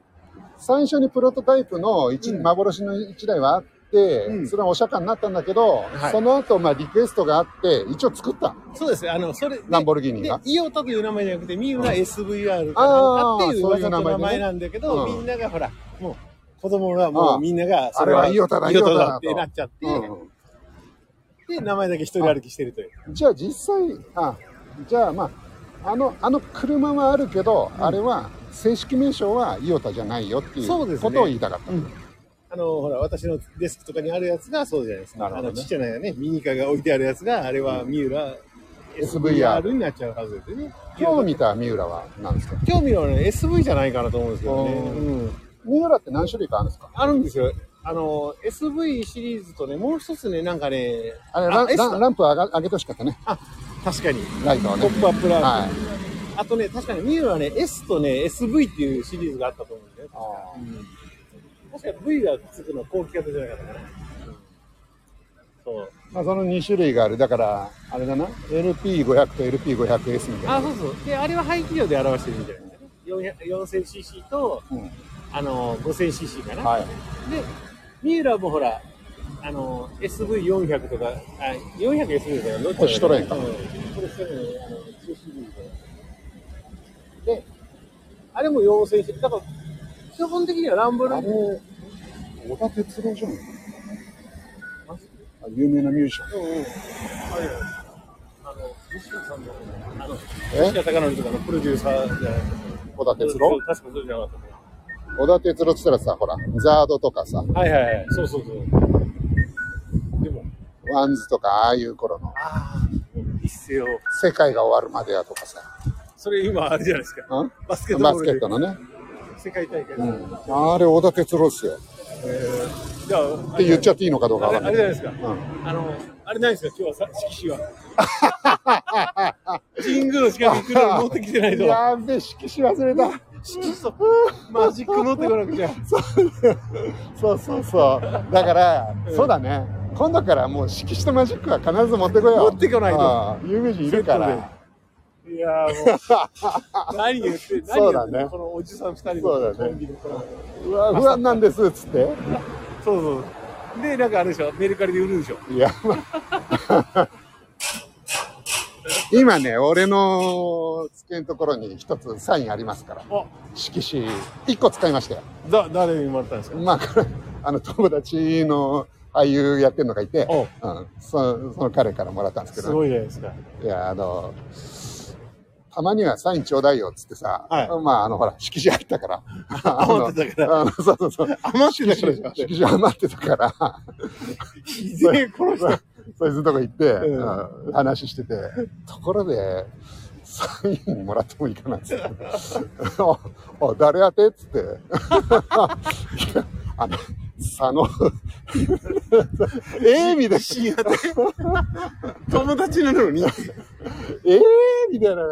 S1: 最初にプロトタイプの一、
S2: うん
S1: 幻の1台はあって、
S2: うん
S1: それはお釈迦になったんだけど、
S2: はい
S1: その後、まあリクエストがあって一応作った
S2: えそうですね、あの、それ、で
S1: ランボルギーニ
S2: で
S1: が、
S2: イオタという名前じゃなくて、三浦 SVR かなんかっていう
S1: あーそういう名
S2: 噂
S1: 前
S2: の
S1: でね
S2: 名前なんだけど、
S1: うん
S2: みんながほら、もう、子供はも
S1: あー
S2: うみんなが、
S1: あれはイオタだ
S2: イオタ
S1: イオタだ
S2: だってなっちゃって、
S1: う
S2: で、名前だけ一人歩きしてるという。
S1: ん、じゃあ実際あじゃあまああのあの車はあるけど、あれは正式名称はイオタじゃないよっていう
S2: そうですね
S1: ことを言いたかった、
S2: あの、ほら、私のデスクとかにあるやつがそうじゃないですか。
S1: なるほどね
S2: あの、ちっちゃなね、ミニカーが置いてあるやつが、あれは三浦
S1: SVR
S2: SVR になっちゃうはずですよね。
S1: 今日見た三浦は何ですか
S2: 興味のあるのはね、SV じゃないかなと思うんですけどね。
S1: う
S2: うん
S1: 三浦って何種類かあるんですか
S2: あるんですよ。あの、SV シリーズとね、もう一つね、なんかね、
S1: あれラン
S2: S
S1: ランランプ上が上げてほしかったね
S2: 確かに。
S1: ライトを
S2: ト
S1: ね
S2: ップアップラーメン
S1: はい
S2: あとね、確かにミューはね、S とね、SV っていうシリーズがあったと思うんだよね。確か V がつくのは後期型じゃなかったかな。そう。
S1: まあ、その2種類があるだからあれだな LP500 と LP500S みたいな
S2: あ、そうそう。で、あれは排気量で表してるみたいなんだよね。400 4000cc と、
S1: うん
S2: あの、5000cc かな。
S1: はい
S2: で、ミューラもほら、あの、SV400 とか、あ、400SV だよね。
S1: これシトロエンか
S2: うんこれシトロエンあの、中シリーズで。で、あれも4000cc。だから、基本的にはランブルギーニ
S1: 小田哲郎じゃんあ有名なミュージシャン
S2: あの、西野さんの、あの、
S1: え
S2: 西野貴教とかのプロデューサーじゃないですか。
S1: 小田哲郎
S2: 確かそうじゃなかっ
S1: 小田哲郎っつったらさほらザードとかさ
S2: た。はいはいはい。そうそうそう。でも、
S1: ワンズとかああいう頃の
S2: ああ、一世を。
S1: 世界が終わるまでやとかさ
S2: それ今あれじゃないですか。
S1: ん
S2: バスケットボ
S1: バ
S2: ー
S1: ス
S2: ル
S1: ケ
S2: で
S1: ットのね、
S2: 世界大会。
S1: あれ小田哲郎っすよ
S2: じゃあ、
S1: って言っちゃっていいのかどうか
S2: あ
S1: わ
S2: れ
S1: か
S2: あ
S1: ん
S2: れ
S1: ない
S2: じゃないですか。
S1: う
S2: あの、あれないですか、今日はさ、色紙は。 神宮の近くに来るの持ってきてないと。
S1: やべえ色紙忘れた
S2: 色紙とマジック持ってこなくちゃ。
S1: そうそうそう。だから、そうだね。今度からもう色紙とマジックは必ず持ってこよう。
S2: 持ってこないと
S1: ああ。有名人いるから。
S2: いやーもう、何言って、何言
S1: そう
S2: っ
S1: だ
S2: て
S1: ね
S2: んの、このおじさん二人の
S1: そうだね
S2: コンビのこの
S1: うわ、不安なんですっつって。
S2: そうそう。で、なんかあれでしょ、メルカリで売るでしょ。
S1: いや、まあ今ね、俺の机のところに一つサインありますから。
S2: あ、
S1: 色紙一個使いましたよ。
S2: だ、誰にもらったんですか
S1: まあ、これあの友達の俳優やってるのがいて、
S2: お
S1: うん、そその彼からもらったんですけ
S2: す
S1: ど、
S2: ごいじゃないですか。
S1: いや、あの、たまにはサインちょうだいよっつってさ、
S2: はい
S1: まあ、あの、ほら、色紙あった から。あの
S2: 余ってたから
S1: あのそうそうそう。
S2: 余ってたから
S1: 色紙色紙余ってたから、
S2: ひでえ 殺した。
S1: そいつのとこ行って、
S2: う
S1: うん話してて、ところで、サインもらってもいいかなっつって。 あ、あ誰宛てっつって。 いやあの、佐野、 ええみたいな。
S2: 友達な のに。
S1: ええみたいな。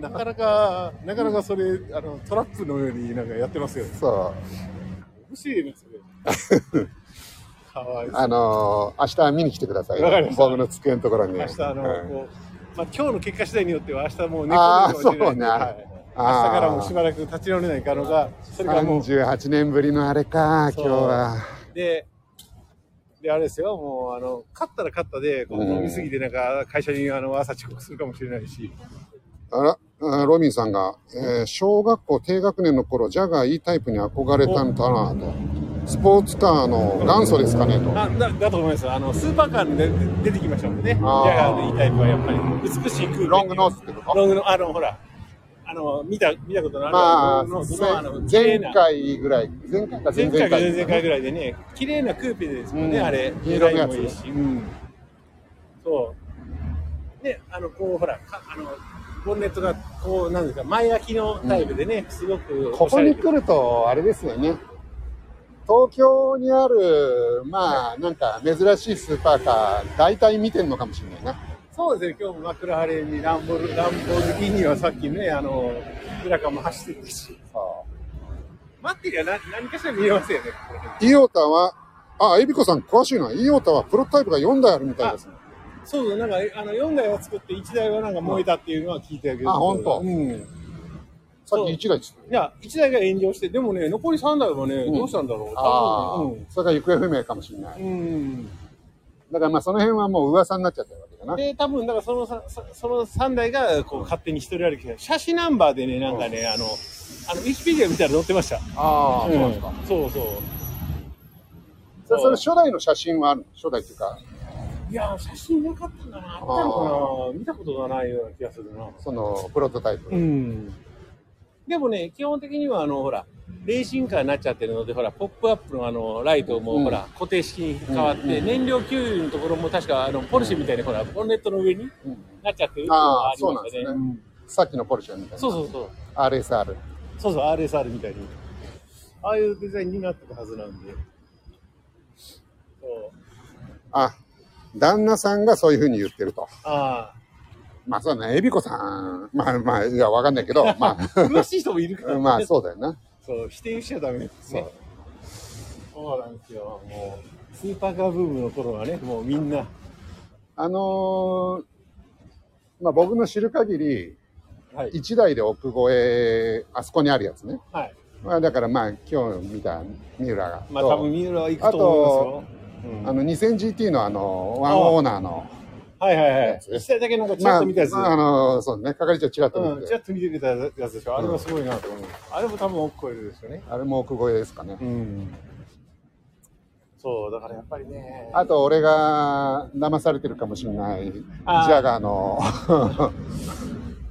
S2: なかなか、なかなかそれ、あの、トラップのようになんかやってますよね。
S1: そう。
S2: 欲しいね、それ。 かわいそう。
S1: あのー明日見に来てくださいよ。
S2: わかりました
S1: 僕の机のところに。
S2: 明日、あ
S1: う
S2: の、
S1: ん
S2: こう、まあ今日の結果次第によっては、明日もう寝込む
S1: あ
S2: か
S1: あ、
S2: もし
S1: そ
S2: れな
S1: う
S2: いん
S1: ね。
S2: で。はい明日からもしばらく立ち寄れないからが、それがもう、
S1: 38年ぶりのあれか、
S2: そ
S1: 今
S2: う
S1: 日は。
S2: で、で、あれですよ、もう、あの、勝ったら勝ったで、こう飲みすぎて、なんか、会社にあの朝遅刻するかもしれないし、
S1: あら、あロビンさんが、えー小学校低学年の頃、ジャガーいいタイプに憧れたんだなと。スポーツカーの元祖ですかねと。
S2: あだだと思いますあの、スーパーカーに出出てきましたもんね、ジャ
S1: あー
S2: ガーのいいタイプはやっぱり、美しい空気
S1: ロングノースってこと
S2: ロングの、あの、ほら、あの、見た、見たことのある、
S1: まあ
S2: ロングノースのあの、、綺
S1: 前
S2: 麗な
S1: 回ぐらい、前回か前
S2: 前
S1: 々
S2: 回か前
S1: 回
S2: 々回ぐらいでね、綺麗なクーペですもんね、
S1: うん
S2: あれ、
S1: 黄色のやつ
S2: デザインもいいし、うんそう。で、あの、こう、ほら、かあの、ボンネットが、こう、なんですか、前開きのタイプでね、すごく
S1: こ
S2: おし
S1: こ
S2: ゃれ
S1: に
S2: で
S1: 来ると、あれですよね。東京にある、まあ、なんか珍しいスーパーカー、大体見てんのかもしれないな。
S2: そうですね、今日も枕晴れにランボル、ランボルギーニはさっきね、あの、村かも走ってるし、
S1: そう
S2: 待ってりゃな何かしら見えますよね、これ
S1: イオタは、あ、エビコさん詳しいな。イオタはプロトタイプが4台あるみたいですね。
S2: そうそう、なんか、あの、4台は作って1台はなんか燃えたっていうのは聞いたけど。
S1: あ本当
S2: うん。
S1: さっき1台っつって
S2: いや、1台が炎上して、でもね、残り3台はね、
S1: ん
S2: どうしたんだろう。
S1: ああ、
S2: 多分ね
S1: それが行方不明かもしれない。
S2: うん。
S1: だからまあその辺はもう噂になっちゃってるわけだ
S2: うん。
S1: な。
S2: で、多分、だからそのさそその3台が、こう、勝手に一人歩きして、写真ナンバーでね、なんかね、あの、あの、ウィキペディア見たら載ってました。
S1: ああ、そうなんですか。
S2: んそうそう。
S1: それそれ初代の写真はあるの初代っていうか、
S2: いや、写真なかったんだな、あったのかな、見たことがないような気がするな。
S1: そのプロトタイプ。
S2: うん。でもね、基本的には、あの、ほら、レーシングカーになっちゃってるので、ほら、ポップアップのあの、ライトも、
S1: うん
S2: ほら、固定式に変わって、
S1: うんうん
S2: 燃料給油のところも確か、あの、ポルシェみたいに、ほら、ボンネットの上に
S1: うん
S2: なっちゃってるっていうのが
S1: あ
S2: あ
S1: あ、
S2: り
S1: そう
S2: ま
S1: なん
S2: し
S1: です
S2: たね。
S1: ね
S2: うん。
S1: さっきのポルシェみたい
S2: そ
S1: な。
S2: うそうそう。
S1: RSR。
S2: そうそう、RSR みたいに。ああいうデザインになってたはずなんで。そう。
S1: あ、旦那さんがそういうふうに言ってると。
S2: あ
S1: まあそうだね、エビコさん。まあまあ、いや、わかんないけ ど、ま
S2: あ。詳しい人もいるから、
S1: あ、まあそうだよな。
S2: そう、否定しちゃダメです
S1: そ
S2: ね
S1: う。
S2: そうなんですよ。もう、スーパーカーブームの頃はね、もうみんな、
S1: あのーまあ僕の知る限り、
S2: はい。
S1: 1台で奥越え、あそこにあるやつね。
S2: はい。
S1: まあだからまあ今日見た三浦が。
S2: まあ、
S1: と
S2: 多分三浦は行くと思いますよ。
S1: あ
S2: うん
S1: の 2000GT のあのワンオーナーの
S2: はいはいは
S1: や
S2: い
S1: つ。ね
S2: 一台だけなんかちらっと見たやつ。
S1: まあ、あのそうね係長ちらっと見
S2: うん、
S1: て
S2: ち
S1: て、
S2: らっと見てたやつでしょ。あれはすごいなと思う。あれも多分億超えるですよね。
S1: あれも奥越えですかね、
S2: うん。そう、だからやっぱりね。
S1: あと俺が騙されてるかもしれないジ
S2: あー
S1: ャガーの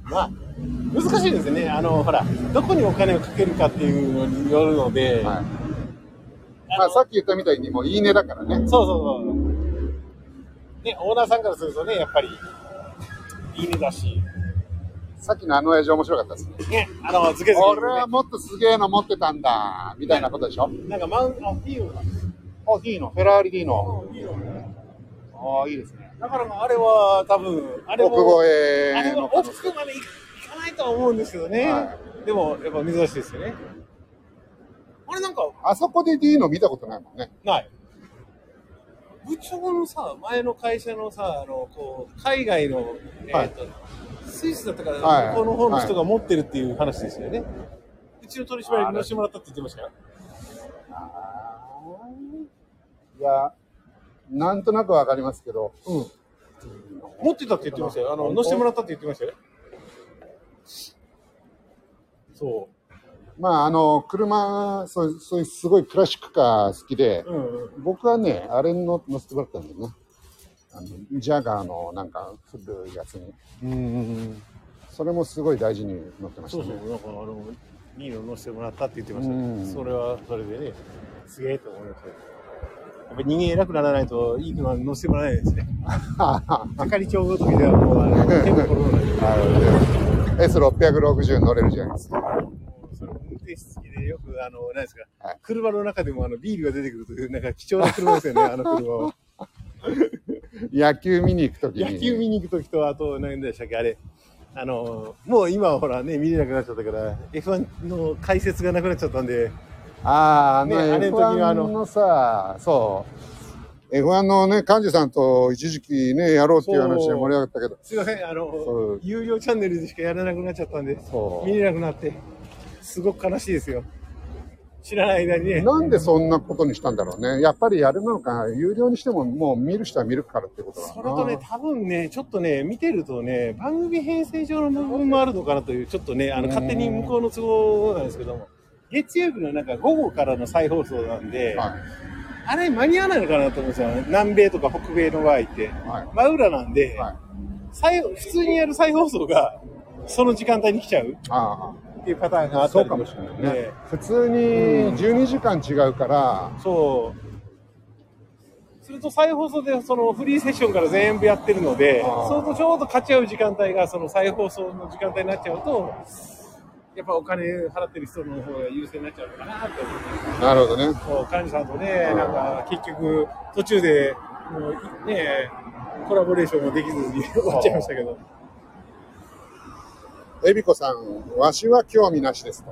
S2: まあ、難しいですね。あの、ほら、どこにお金をかけるかっていうのによるので、
S1: はいま
S2: あの
S1: あ、さっき言ったみたいにもういいねだからね
S2: そうそうそう。ね、オーナーさんからするとね、やっぱり、いいねだし、
S1: さっきのあの親父面白かったですね
S2: ね、あの、ずけずけ、
S1: 俺はもっとすげえの持ってたんだみたいなことでしょ
S2: なんかマウン、あ、いいよ。
S1: あいいのフェラーリ D のああいいですね
S2: だからもうあれは多分、あれも、
S1: 奥越
S2: あ
S1: え
S2: れ
S1: の
S2: は奥くまで行かないとは思うんですけどね。
S1: は
S2: でも、やっぱ珍しいですよね。あれなんか、
S1: あそこで D の見たことないもんね
S2: ない。部長のさ、前の会社のさ、あの、こう、海外の、えーと、スイスだったから、
S1: はい
S2: 向こうの方の人が持ってるっていう話ですよね。うちの取締役に乗せてもらったって言ってましたよ。
S1: いやなんとなくわかりますけど
S2: うん。持ってたって言ってましたよ。あの、乗せてもらったって言ってましたよ。そ
S1: まああの車そうそういうすごいクラシックカー好きで
S2: う。うんうん。
S1: 僕はねあれに乗乗せてもらったんだよねあのジャガーのなんか古いやつに
S2: うんうんうん。
S1: それもすごい大事に乗ってまし
S2: そ
S1: た
S2: うそ
S1: ね
S2: う、なんかあの、いいの乗せてもらったって言ってましたね、
S1: うん
S2: それはそれでね、すげえと思いましたよやっぱり人間偉くならないと、いい車乗せてもらえないですね。 係長ごときではもう、あの、手の心がない。
S1: あので S660 乗れるじゃないですか
S2: その運転室付きでよく、あの、何ですか、
S1: はい
S2: 車の中でもあのビールが出てくるという、なんか貴重な車ですよね、あの車は。
S1: 野球見に行く時に
S2: 野球見に行くときと、あと、何でしたっけ、あれ。あの、もう今はほらね、見れなくなっちゃったから、F1 の解説がなくなっちゃったんで、
S1: あああの
S2: ねあれの時の
S1: F1
S2: あの
S1: のさそう F1 のね、幹事さんと一時期ね、やろうっていう話で盛り上がったけど、
S2: すいません、あ
S1: そ
S2: の
S1: う、
S2: 有料チャンネルでしかやらなくなっちゃったんで、
S1: そう
S2: 見れなくなって、すごく悲しいですよ。知らない間にね。
S1: なんでそんなことにしたんだろうね。やっぱりやるのか、有料にしてももう見る人は見るからってことだな。
S2: それとね、多分ね、ちょっとね、見てるとね、番組編成上の部分もあるのかなという、ちょっとね、あの、勝手に向こうの都合なんですけども、月曜日のなんか午後からの再放送なんで、
S1: は
S2: あれ間に合わないのかなと思うんですよ。南米とか北米の場合って、
S1: はい
S2: 真裏なんで、
S1: い。はい。
S2: 再普通にやる再放送が、その時間帯に来ちゃう
S1: あ
S2: っていうパターンがあ
S1: あ、
S2: った
S1: そう
S2: り
S1: か
S2: と
S1: も
S2: か
S1: し
S2: し
S1: れない
S2: て
S1: ね。普通に12時間違うから、
S2: そう。すると再放送でそのフリーセッションから全部やってるので、
S1: あー
S2: そうするとちょうど勝ち合う時間帯がその再放送の時間帯になっちゃうと、やっぱお金払ってる人の方が優先になっちゃうのかなって思って。
S1: なるほどね。
S2: そう、幹事さんとね、なんか結局途中でもうね、コラボレーションもできずに 終わっちゃいましたけど。
S1: えびこさん、わしは興味なしですと。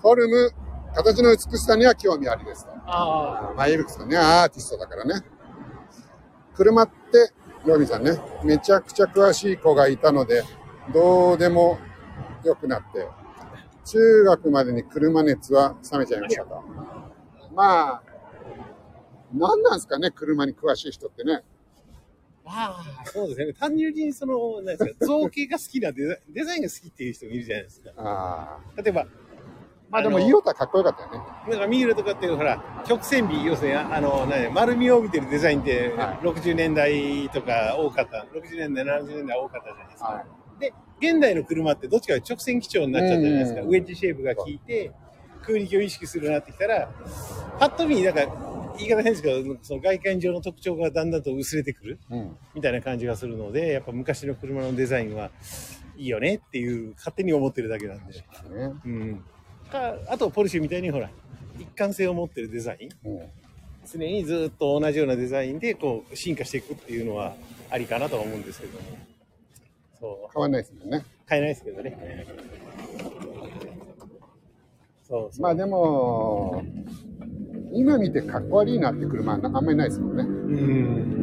S1: フォルム、形の美しさには興味ありですと。
S2: あ
S1: まあ、えびこさんね、アーティストだからね。車って、ロミさんね、めちゃくちゃ詳しい子がいたので、どうでも良くなって、中学までに車熱は冷めちゃいましたと。まあ、何なんですかね、車に詳しい人ってね。
S2: あ、そうですね。単純にその、なんですか、造形が好きなデザイン、デザインが好きっていう人もいるじゃないですか。
S1: ああ。
S2: 例えば、
S1: まあでも、
S2: の
S1: イオタかっこよかったよね。
S2: なんかミールとかっていうほら曲線美要するにああの何丸みを帯びてるデザインって
S1: は
S2: 60年代とか多かった60年代70年代多かったじゃないですか、
S1: は
S2: で現代の車ってどっちかが直線基調になっちゃったじゃないですか、
S1: うん
S2: ウェッジシェイプが効いて空力を意識するようになってきたらパッと見なんか言い方変ですけどその外観上の特徴がだんだんと薄れてくる
S1: うん。
S2: みたいな感じがするのでやっぱ昔の車のデザインはいいよねっていう勝手に思ってるだけなんで。
S1: ね。
S2: うん、かあとポルシェみたいにほら一貫性を持ってるデザイン
S1: うん
S2: 常にずっと同じようなデザインでこう進化していくっていうのはありかなとは思うんですけどそう
S1: 変わんないですもんね。
S2: 買えないですけどねそうそう、
S1: まあでも、今見てかっこ悪いなって車はあんまりないですもんね。
S2: うん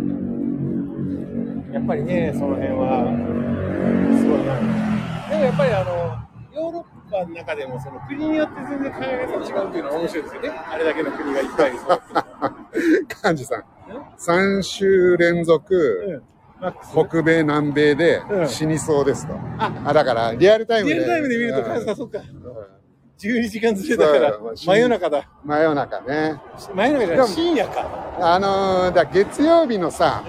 S2: やっぱりねその辺はすごいなでもやっぱりあのヨーロッパの中でもその国によって全然考え方が違うっていうのは面白いですよねあれだけの国がいっぱい そう
S1: 幹事さん、3週連続、
S2: マックス
S1: 北米、南米で
S2: うん
S1: 死にそうですと。あ、だからリアルタイム
S2: リ
S1: で。
S2: アルタイムで見ると、カズ
S1: う
S2: さ
S1: ん
S2: ん、そっか。12時間ずれだから
S1: そう、
S2: 真夜中だ。
S1: 真夜中ね。
S2: 真夜中じゃ
S1: で
S2: な
S1: も
S2: い、深夜か。
S1: あのーだから月曜日のさ、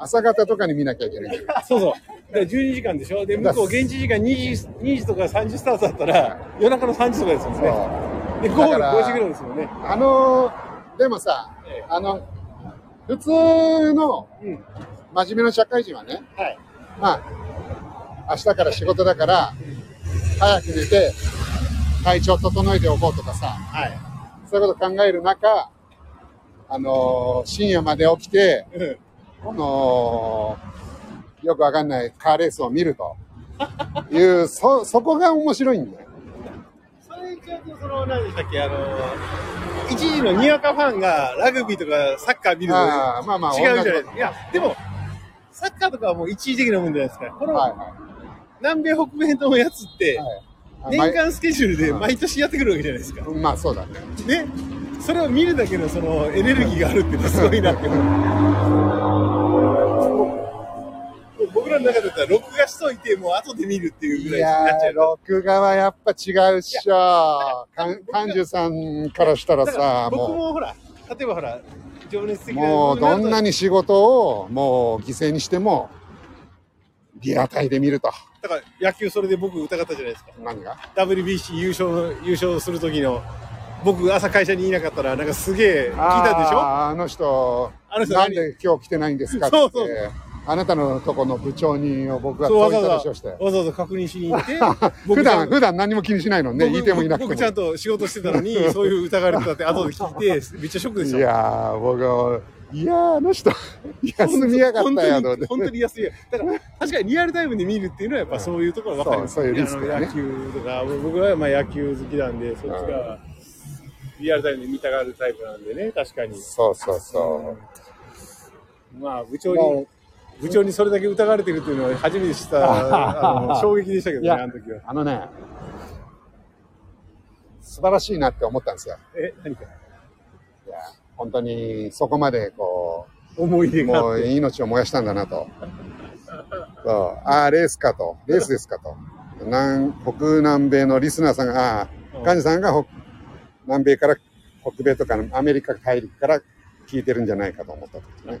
S1: 朝方とかに見なきゃいけない。
S2: あそうそう。だから12時間でしょで、向こう現地時間2時 ,2 時とか3時スタートだったら、夜中の3時とかですもん
S1: そう
S2: ね。で、ゴ
S1: だ
S2: ー
S1: か
S2: ル
S1: ら
S2: 5時ぐらいですもんね。
S1: あのーでもさ
S2: ええ、
S1: あの、普通の
S2: うん。
S1: 真面目な社会人はね、
S2: はい。
S1: まあ、明日から仕事だから、早く寝て、体調整えておこうとかさ、
S2: はい。
S1: そういうこと考える中、あのー深夜まで起きて、
S2: うん。
S1: この、よくわかんないカーレースを見るという、そ、そこが面白いんだよ。
S2: それちょっとその、何でしたっけ、あの、一時のにわかファンがラグビーとかサッカー見るので
S1: ああ、まあまあ、
S2: 違うじゃない
S1: 同
S2: いや、でも、サッカーとかはもう一時的なもんじゃないですか。こ
S1: じはい
S2: の南米北米のやつって、
S1: はい。はい
S2: 年間スケジュールで毎年やってくるわけじゃないですか。
S1: まあまあ、そうだね。
S2: ね。それを見るだけのそのエネルギーがあるっていうのはすごいなって思う。僕らの中だったら録画しといて、もう後で見るっていう
S1: い
S2: ぐらいになっちゃ
S1: やー、
S2: う。だ
S1: 録画はやっぱ違うっしょ。かん、幹事さんからしたら
S2: から
S1: さ、
S2: 僕
S1: もう。
S2: もほら、例えばほら、情熱的な
S1: もうどんな
S2: に。
S1: に仕事をもう犠牲にしてもリアタイで見ると
S2: だから野球それで僕疑ったじゃないですか。
S1: 何が
S2: WBC 優勝の、優勝する時の、僕朝会社にいなかったら、なんかすげえ聞いたでしょ
S1: あーあの人
S2: あの人
S1: なん
S2: 何
S1: で今日来てないんですかって
S2: そうそう
S1: あなたのとこの部長にを僕が
S2: そ
S1: そ
S2: うわ
S1: う
S2: ざ
S1: いった
S2: わ
S1: 話
S2: ざ、
S1: をして、
S2: わざわざ確認しに行って 僕
S1: 普
S2: ちゃ
S1: 段
S2: ん
S1: 普段何も気にしないのね
S2: 僕
S1: いてもいなく
S2: 僕
S1: て
S2: ちゃん
S1: も
S2: と仕事してた のに、そういう疑われてたって後で聞いて、めっちゃショックで
S1: い
S2: し
S1: や
S2: た。
S1: ー僕はいやーあの人休みやがったやと
S2: 本当
S1: 思
S2: に
S1: って
S2: 本当に安いよ。だから、確かにリアルタイムで見るっていうのは、やっぱそういうところは分かります。
S1: そうそういうリスクがね
S2: あの野球とか、僕はまあ野球好きなんで、そっちが、リアルタイムで見たがるタイプなんでね、確かに。
S1: そうそうそう。
S2: まあ、部長に、部長にそれだけ疑われてるというのは初めて 知った、あの衝撃でしたけど
S1: い
S2: ね、
S1: や
S2: あの時は。
S1: あのね、素晴らしいなって思ったんですよ。
S2: え、何か
S1: いや本当にそこまでこ、
S2: 思いう出が
S1: も
S2: あっ
S1: う
S2: て。
S1: 命を燃やしたんだなと。そうああ、レースかと。レースですかと。南北南米のリスナーさんが、ああ、患者さんが北南米から北米とかのアメリカ大陸から聞いてるんじゃないかと思った時ね。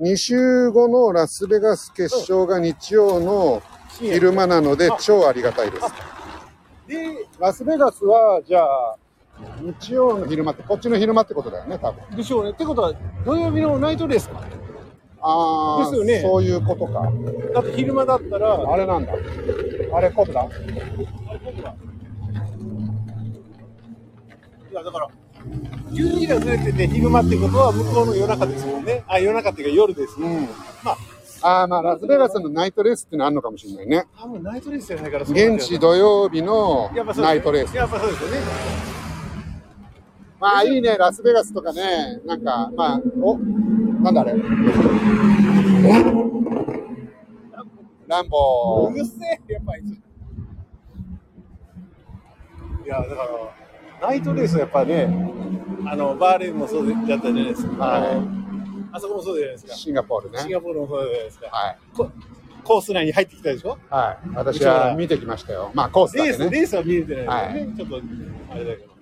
S1: 2週後のラスベガス決勝が日曜の昼間なので超ありがたいです。
S2: で、
S1: ラスベガスは、じゃあ、日曜の昼間って、こっちの昼間ってことだよね、多分。
S2: でしょうね。ってことは、土曜日のナイトレースか。
S1: ああ、
S2: ですよね
S1: そういうことか。
S2: だって昼間だったら、
S1: あれなんだ。あれ、コブだ。
S2: いやだから、12時がずれてて昼間ってことは向こうの夜中ですもんね。あ、夜中っていうか夜です
S1: う
S2: ね。
S1: ん。
S2: まあ、
S1: ああ、まあ、ラスベガスのナイトレースってのあるのかもしれないね。
S2: 多分ナイトレースじゃないから、そうなんだよ
S1: 現地土曜日の
S2: やっぱそうですね
S1: ナイトレース。
S2: やっぱそうですよね。
S1: まあ、いいね、ラスベガスとかね、なんか、まあ、お、なんだあれ。ランボ
S2: う
S1: ー。
S2: るせえ、やっぱり。いや、だから、ナイトレースはやっぱね、あの、バーレーンもそうだったじゃないですか。
S1: はい
S2: あのあそこもそうじゃないです
S1: シンガポール
S2: か。シン
S1: ね。
S2: ガポールもそうじゃないですか。
S1: はい。
S2: こコース内に入ってきたでしょ
S1: はい。私は見てきましたよ。まあ、コースだ
S2: レー
S1: け
S2: ス、
S1: ね。
S2: レースは見れてないですよね。ちょっと、あれだけど。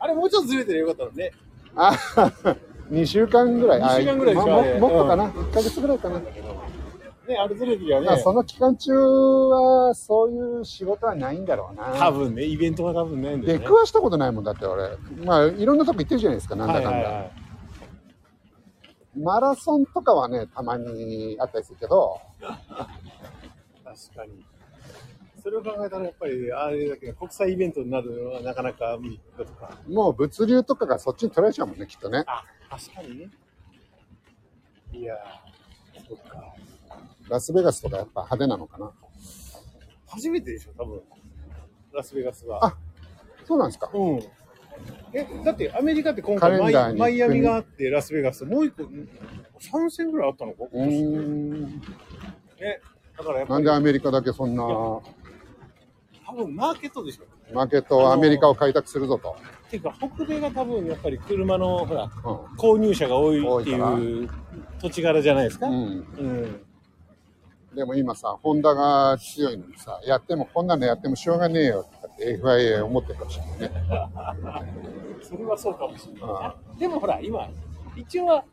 S2: あれ、もうちょっとずれてればよかったのね。
S1: あ2週間ぐらい。あ
S2: 二週間ぐらいでしょ
S1: も
S2: あれ
S1: もっとかな。1ヶ月ぐらいかな。
S2: ね、あれずれてりゃ
S1: まあ
S2: ね。
S1: その期間中は、そういう仕事はないんだろうな。
S2: 多分ね、イベントは多分ないんだ
S1: 出
S2: よね。
S1: くわしたことないもんだって、俺。まあ、いろんなとこ行ってるじゃないですか、なんだかんだ。
S2: はいはいはい
S1: マラソンとかはね、たまにあったりするけど、
S2: 確かに。それを考えたら、やっぱり、あれだけど国際イベントになるのはなかなか無理だとか。
S1: もう物流とかがそっちに取られちゃうもんね、きっとね。
S2: あ、確かにね。いやー、そっか。
S1: ラスベガスとかやっぱ派手なのかな。
S2: 初めてでしょ、多分。ラスベガス
S1: あ
S2: は。
S1: そうなんですか。
S2: うん。え、だってアメリカって今回
S1: カレ
S2: マ
S1: ンダー
S2: イ
S1: に
S2: マイアミがあって、ラスベガス、もう一個、3戦ぐらいあったのか
S1: うーん。
S2: ね。だからやっぱ
S1: なん
S2: り、
S1: でアメリカだけそんな、
S2: 多分マーケットでしょ。
S1: マーケットをアメリカを開拓するぞと。
S2: っていうか、北米が多分やっぱり車の、ほら、
S1: うん
S2: 購入者が多いっていう土地柄じゃないですか。
S1: うん、
S2: うん
S1: でも今さ、ホンダが強いのにさ、やっても、こんなのやってもしょうがねえよとかって FIA 思ってるかもしれないね。
S2: それはそうかもしれない
S1: あ
S2: な。でもほら、今、一応は、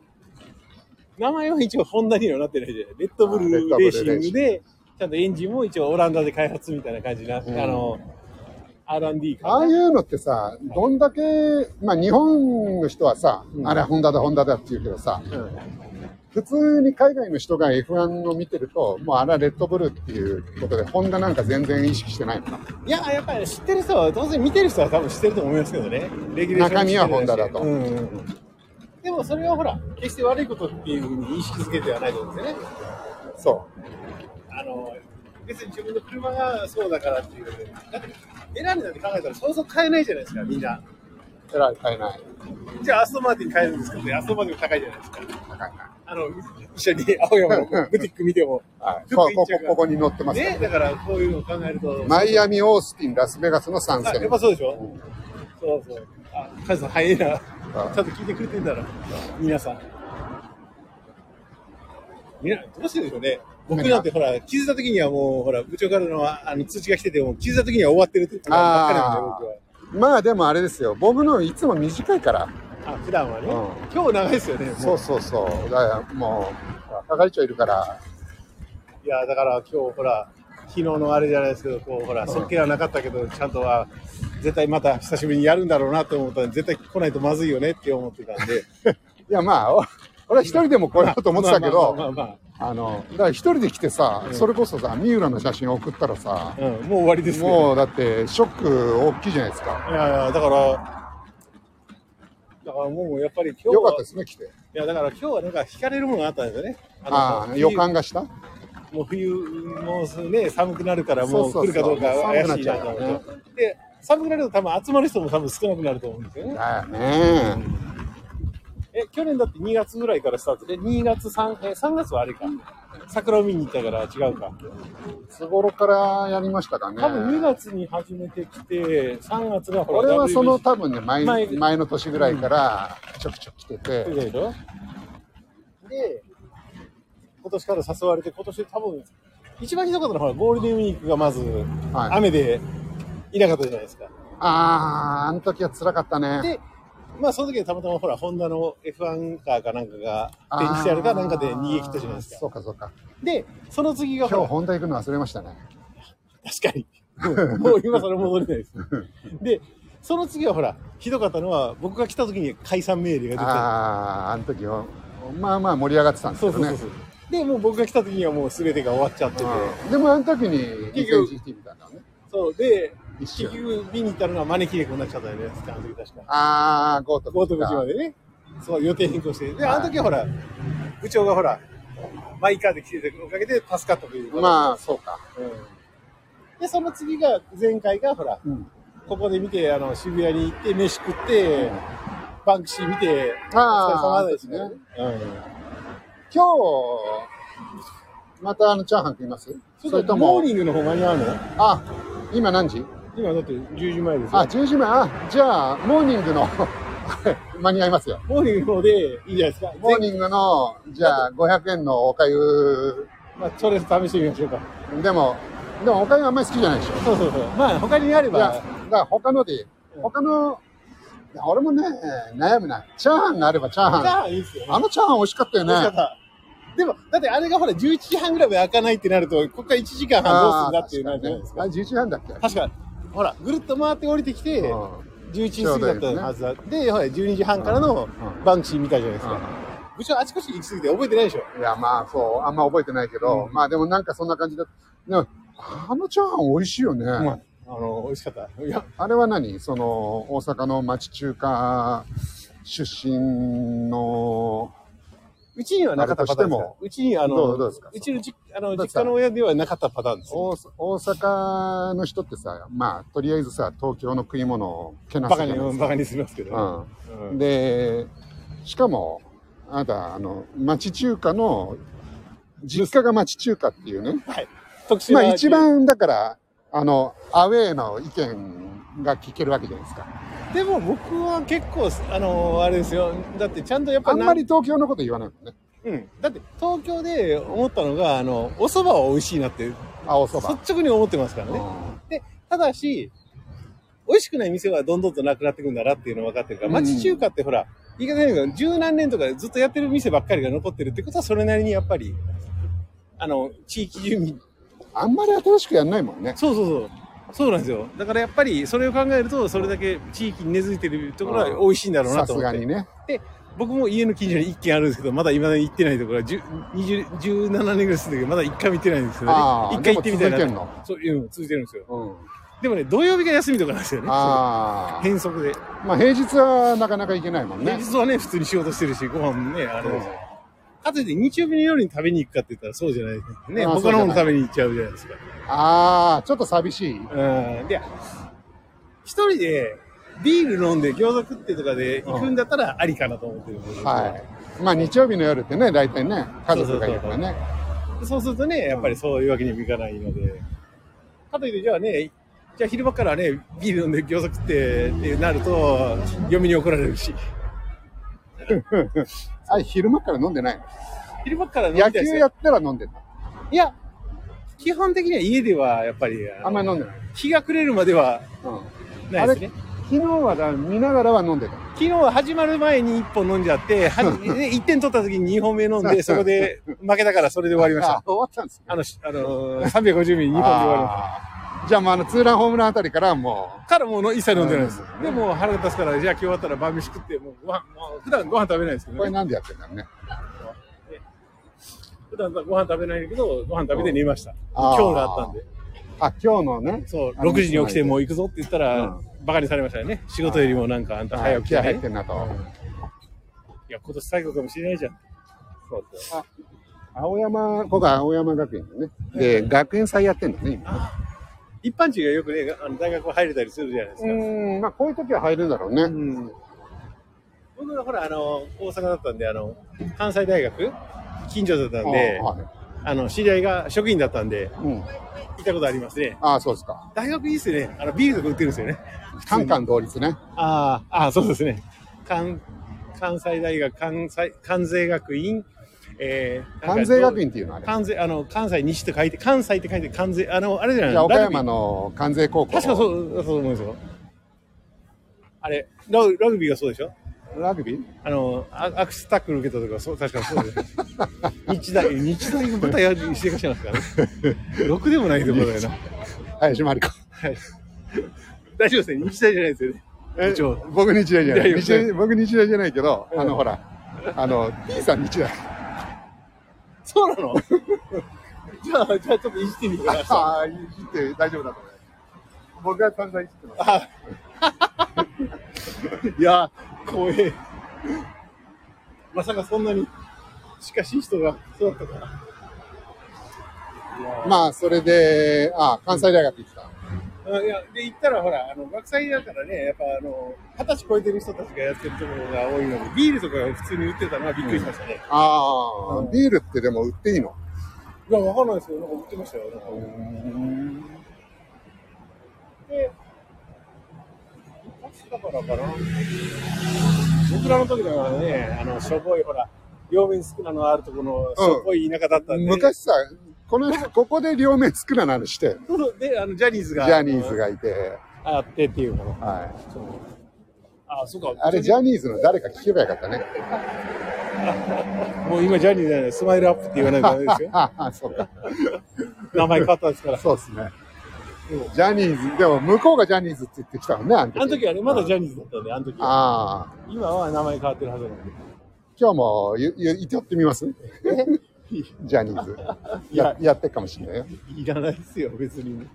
S2: 名前は一応ホンダにはなってないじゃない。レッドブル
S1: あレッドブル
S2: レーシ
S1: レ
S2: ン
S1: ーシ
S2: グ
S1: ン
S2: で、ちゃんとエンジンも一応オランダで開発みたいな感じな、
S1: ん
S2: あの、R&D かな
S1: ああいうのってさ、どんだけ、まあ日本の人はさ、
S2: うん
S1: あれはホンダだホンダだって言うけどさ、
S2: うん
S1: 普通に海外の人が F1 を見てると、もうあれはレッドブルっていうことで、ホンダなんか全然意識してないのか
S2: いや、やっぱり知ってる人は、当然見てる人は多分知ってると思いますけどね。レギュレーションも知ってるし
S1: 中身はホンダだと
S2: うんうんうんでもそれはほら、決して悪いことっていうふうに意識づけてはないと思うんですよね。
S1: そう。
S2: あの、別に自分の車がそうだからっていう。だって、選んでなんて考えたらそうそう買えないじゃないですか、みんな。
S1: えらい買えない。
S2: じゃあ、アストンマーティン買えるんですけど、アストンマーティンも高いじゃないですか。
S1: 高いな。
S2: あの、一緒に青山のブティック見ても。
S1: はい。
S2: ちょ
S1: こ
S2: っと
S1: こ
S2: 一着
S1: こここに載ってますね
S2: ね、だからこういうのを考えると。
S1: マイアミ、オースティン、ラスベガスの参
S2: あや
S1: 戦
S2: っぱ。そうでしょ、そうそう。あ、カズさん、早いな。ちゃんと聞いてくれてんだな。皆さん。みんな、どうしてでしょうね。僕なんてほら、気づいた時にはもう、ほら、部長からのあの通知が来てても、気づいた時には終わってるって言ってばっかりなんで、僕は。
S1: まあでもあれですよ、僕のいつも短いから。
S2: あ、普段はね、
S1: う
S2: 今日長いですよね。もう
S1: そうそうそう。だからもう、係長いるから、
S2: いや、だから今日ほら、昨日のあれじゃないですけど、こうほら、
S1: ん
S2: そっけはなかったけど、ちゃんとは、絶対また久しぶりにやるんだろうなと思ったんで、絶対来ないとまずいよねって思ってたん で。
S1: いやまあ、お 俺は一人でも来ようと思ってたけ
S2: まあ
S1: ど、
S2: まあま
S1: あの、だから一人で来てさ、
S2: うん
S1: それこそさ、三浦の写真送ったらさ
S2: あ、まあ、うん、もう終わりですけど
S1: もうだってショック大きいじゃないですか。
S2: いやいや、だから、だからもうやっぱり今日は、
S1: よかったですね、来て。
S2: いや、だから今日はなんか惹かれるものがあったんですよね。の
S1: ああ、予感がした
S2: もう冬もうね寒くなるからもう
S1: そうそうそう
S2: 来るかどうか怪しいなと
S1: 寒くな
S2: 思
S1: っ
S2: っ
S1: ち
S2: て。で寒くなると多分集まる人も多分少なくなると思うんですよね。
S1: だよね。
S2: え、去年だって2月ぐらいからスタートで、2月3、え、3月はあれか。桜を見に行ったから違うか。
S1: いつ頃からやりましたかね。
S2: 多分2月に始めてきて、3月がほら、
S1: 俺はその
S2: WBC
S1: 多分ね、前
S2: 前
S1: 前の年ぐらいからちょくちょく来てて、
S2: でしょで、今年から誘われて、今年多分、一番ひどかったのはほら、ゴールデンウィークがまず、
S1: はい
S2: 雨でいなかったじゃないですか。
S1: あー、あの時は辛かったね。
S2: で、まあその時はたまたまほら、ホンダの F1 カーかなんかが展示してあるかなんかで逃げ切ったじゃないです
S1: そ
S2: か。
S1: うかそうか。
S2: で、その次が
S1: 今
S2: ほ
S1: 日
S2: ら、
S1: 本題行くの忘れましたね。
S2: 確かに。もう今更戻れないです。で、その次はほら、ひどかったのは、僕が来た時に解散命令が
S1: あー、あの時は、まあまあ盛り上がってたん
S2: 出
S1: で
S2: て、
S1: す
S2: そ
S1: け
S2: う
S1: ど
S2: そ
S1: ね。
S2: うそうそう。で、もう僕が来た時にはもう全てが終わっちゃってて、
S1: うんでもあの時に
S2: 結
S1: 20GT
S2: 局
S1: みたいなのね。
S2: そう、で、
S1: 一
S2: 結
S1: 瞬。
S2: 局見に行ったのが招き猫になっちゃったじゃないですか、あの時確か。
S1: あー、ゴート
S2: 豪徳
S1: か
S2: 寺までね、そう予定変更して。で、あの時はほら、部長がほら、マイカーで来てたおかげで助かったというか
S1: まあ、そうか。
S2: うんで、その次が、前回がほら、
S1: うん
S2: ここで見て、あの、渋谷に行って、飯食って、バンクシー見て、
S1: あー
S2: お疲れ様ですね。
S1: あの時
S2: うん。
S1: 今日、またあのチャーハン食います
S2: ちょっ
S1: それ
S2: と
S1: と
S2: モ
S1: も
S2: ー、ニングの方間に合うの
S1: あ、今何時
S2: 今だって10時前ですよ。
S1: あ、10時前。あ、じゃあ、モーニングの、 間に合いますよ。
S2: モーニングの方でいいじゃないですか。
S1: モーニングの、じゃあ、500円のおかゆ、
S2: まあ、とりあえず試してみましょうか。
S1: でも、でもおかゆあんまり好きじゃないでしょ。
S2: そうそうそう。まあ、他にあれ
S1: いや、だ
S2: ば、
S1: から他のでいい、他の、いや俺もね、悩むな。チャーハンがあればチャー
S2: じ
S1: ハン。
S2: ゃあいいですよ。
S1: あのチャーハン美味しかったよ
S2: 美味しかっ
S1: ね。
S2: たでも、だってあれがほら、11時半ぐらいまで開かないってなると、ここから1時間半どうするんだっていうなるじゃないです
S1: あ
S2: か
S1: ー。確かにねあれ11時半だっけ
S2: 確か、ほら、ぐるっと回って降りてきて、
S1: う
S2: 11時過ぎだったはずだ。で、ほら、12時半からの
S1: ん
S2: バンクシー見たじゃないです
S1: ん
S2: か。部長あちこち行き過ぎて覚えてないでしょ。
S1: いや、まあ、そう、あんま覚えてないけど、まあでもなんかそんな感じだでもあのチャーハン美味しいよね。
S2: まあ、あの、美味しかった。いや、
S1: あれは何その、大阪の町中華出身の、
S2: うちにはなかったパターンで
S1: あ
S2: す
S1: れ
S2: か
S1: としても
S2: うちに、あ
S1: ど
S2: の、
S1: うどうですか
S2: ちのじあの
S1: どう
S2: 実
S1: ですか
S2: 家の親ではなかったパターンですよ。
S1: 大大阪の人ってさ、まあ、とりあえずさ、東京の食い物をけな
S2: バ
S1: す
S2: カ
S1: じ
S2: に、
S1: ゃないです
S2: うん
S1: か。
S2: バカにしますけど。
S1: うんで、しかも、あなた、あの、町中華の、実家が町中華っていうね。
S2: 特殊
S1: ま
S2: な
S1: あ一番だから、あの、アウェーの意見が聞けるわけじゃないですか。
S2: でも僕は結構、あのあれですよ。だってちゃんとやっぱ
S1: あん
S2: な
S1: まり東京のこと言わないもんね。
S2: うん。だって東京で思ったのが、あの、お蕎麦は美味しいなって、
S1: 青そば。
S2: 率直に思ってますからね。ただし、美味しくない店はどんどんとなくなってくんだなっていうのは分かってるから、
S1: うん
S2: 町中華ってほら、言い方ないけど、十何年とかずっとやってる店ばっかりが残ってるってことは、それなりにやっぱり、あの、地域住民、
S1: あんまり新しくやんないもんね。
S2: そうそうそう。そうなんですよ。だからやっぱり、それを考えると、それだけ地域に根付いてるところは美味しいんだろうな
S1: さす
S2: と思って。
S1: がにね。
S2: 僕も家の近所に一軒あるんですけど、まだ未だに行ってないところは、10 20 17年ぐらい住んでるけど、まだ一回も行ってないんですけどね
S1: あ。あ、
S2: 一回行ってみたいな
S1: でも
S2: そういうの続いてるんですよ。
S1: 続いてんの。うん
S2: でもね、土曜日が休みとかなんですよね。
S1: ああ。
S2: 変則で。
S1: まあ平日はなかなか行けないもん
S2: 平
S1: ね。
S2: 日はね、普通に仕事してるし、ご飯もね、あれ
S1: う
S2: で
S1: ん
S2: すかといって日曜日の夜に食べに行くかって言ったらそうじゃないですね。
S1: ああ
S2: 他のも
S1: そうじ
S2: の
S1: ゃ
S2: 食べに行っちゃうじゃないですか。
S1: ああ、ちょっと寂しい。
S2: うん。で、一人でビール飲んで餃子食ってとかで行くんだったらありかなと思ってるんですよ
S1: はい。まあ日曜日の夜ってね、大体ね、家族がいるからね。
S2: そうするとね、やっぱりそういうわけにもいかないので。かといって、じゃあね、じゃあ昼間からね、ビール飲んで餃子食ってってなると、嫁に怒られるし。
S1: あれ昼間から飲んでないの
S2: 昼間から飲みた
S1: 野
S2: いです
S1: 球
S2: よ
S1: やったら飲んでる
S2: いや、基本的には家ではやっぱり、
S1: あんまり飲んでない。
S2: 日が暮れるまでは
S1: うん
S2: ないですね。
S1: 昨日はだ見ながらは飲んでた。
S2: 昨日は始まる前に1本飲んじゃって、はじね1点取った時に2本目飲ん で、そこで負けたからそれで終わりまし
S1: あ
S2: た。
S1: 終わったんですね。
S2: あの、しあのー、350ミリ2本で終わりました。
S1: あーじゃあ、まあ、あの、ツーランホームランあたりからも
S2: からもうの一切飲んでないです
S1: うんうんう。ん
S2: で、もう腹が立つから、じゃあ今日終わったら晩飯食って、もうご飯、もう普段ご飯食べないですけ
S1: う、こ
S2: ど
S1: れ
S2: ね。
S1: なんでやってんだろうね。
S2: 普段はご飯食べないけど、ご飯食べて寝ました。
S1: あ
S2: 今
S1: ー
S2: 日があったんで。
S1: あ、今日のね、
S2: そう、
S1: あの
S2: 6時に起きてもう行くぞって言った
S1: う
S2: ら、馬鹿にされましたよね。仕事よりもなんかあんた早起き
S1: 気合
S2: だ
S1: 入っ
S2: ね
S1: て。んなと。
S2: いや、今年最後かもしれないじゃん。そうそう。
S1: 青山、ここは青山学院だね。で、学園祭やってんだね、今。
S2: あ一般人がよくね、あの大学入れたりするじゃないですか。
S1: うん、まあこういう時は入るんだろうね。
S2: うん僕はほら、あの、大阪だったんで、あの、関西大学、近所だったんで、
S1: あ
S2: あ,、
S1: はい
S2: の、知り合いが職員だったんで、
S1: うん、
S2: 行ったことありますね。
S1: ああ、そうですか。
S2: 大学いいですよね。あの、ビールとか売ってるんですよね。
S1: カンカン同率ね。
S2: ああ、ああ、そうですね。関、関西大学、関西、関西学院、えー、
S1: 関西学
S2: 院
S1: 院っていうのはあれ。
S2: 関西、あの、関西西と書いて、関西って書いて、関西、あの、あれじゃない
S1: じゃあ岡山
S2: の。
S1: の関西高校。
S2: 確かそう、そう思うんですよ。あれ、ラグラグビーがそうでしょ
S1: ラグビー
S2: あの、アアクスタックル受けたとか、そう、確かそう です。日大、日大の舞台やしてかしてますからね。ろくでもないところだよな。
S1: 林真理子。
S2: はい。 大丈夫ですね。日大じゃないですよね。
S1: え
S2: 一応
S1: 僕日大じゃないい
S2: やいや
S1: 日大僕日大じゃないけど、
S2: うん
S1: あのほら、あの、T さん日大。
S2: そうなのじゃあ、じゃあちょっといじってみてくださ い。
S1: ああ、いじって大丈夫だと思います。僕は散々いじってます。
S2: あいや、怖え。まさかそんなに近しい人がそうだったかな。
S1: まあ、それで、ああ、関西大学行ってた。
S2: あいや、で、行ったらほら、あの、学祭だからね、やっぱあの、二十歳超えてる人たちがやってるところが多いので、ビールとかが普通に売ってたのはびっくりしましたね。
S1: ああ、
S2: うん
S1: ビールってでも売っていいの
S2: いや、わかんないですけど、なんか売ってましたよ。なんかで、昔だからかな。僕らの時だからね、あの、しょぼい、ほら、両面少なのあるところの、しょぼい田舎だったんで。
S1: 昔さ、この、ここで両面作らなの して、
S2: そうそうで、あの、ジャニーズ
S1: ジ
S2: が。
S1: ャニーズがいて、
S2: あってっていうかな。
S1: はい。
S2: そうあ、そうか。
S1: あれ、ジャニーズの誰か聞けばよかったね。。
S2: もう今、ジャニーズじゃない、スマイルアップって言わないとダメですよ
S1: ああ、そうか。
S2: 名前変わったんですから。
S1: そうですね。ジャニーズ、でも向こうがジャニーズって言ってきたもんね、あの時。
S2: あの時はね、まだジ
S1: ャ
S2: ャニーズだったんで、あの時は。
S1: ああ、
S2: 今は名前変わってるはずなんで。
S1: 今日もゆゆいてやってみます ジャニーズ。ややってっかもしれないよ。
S2: いらないですよ、別に、ね。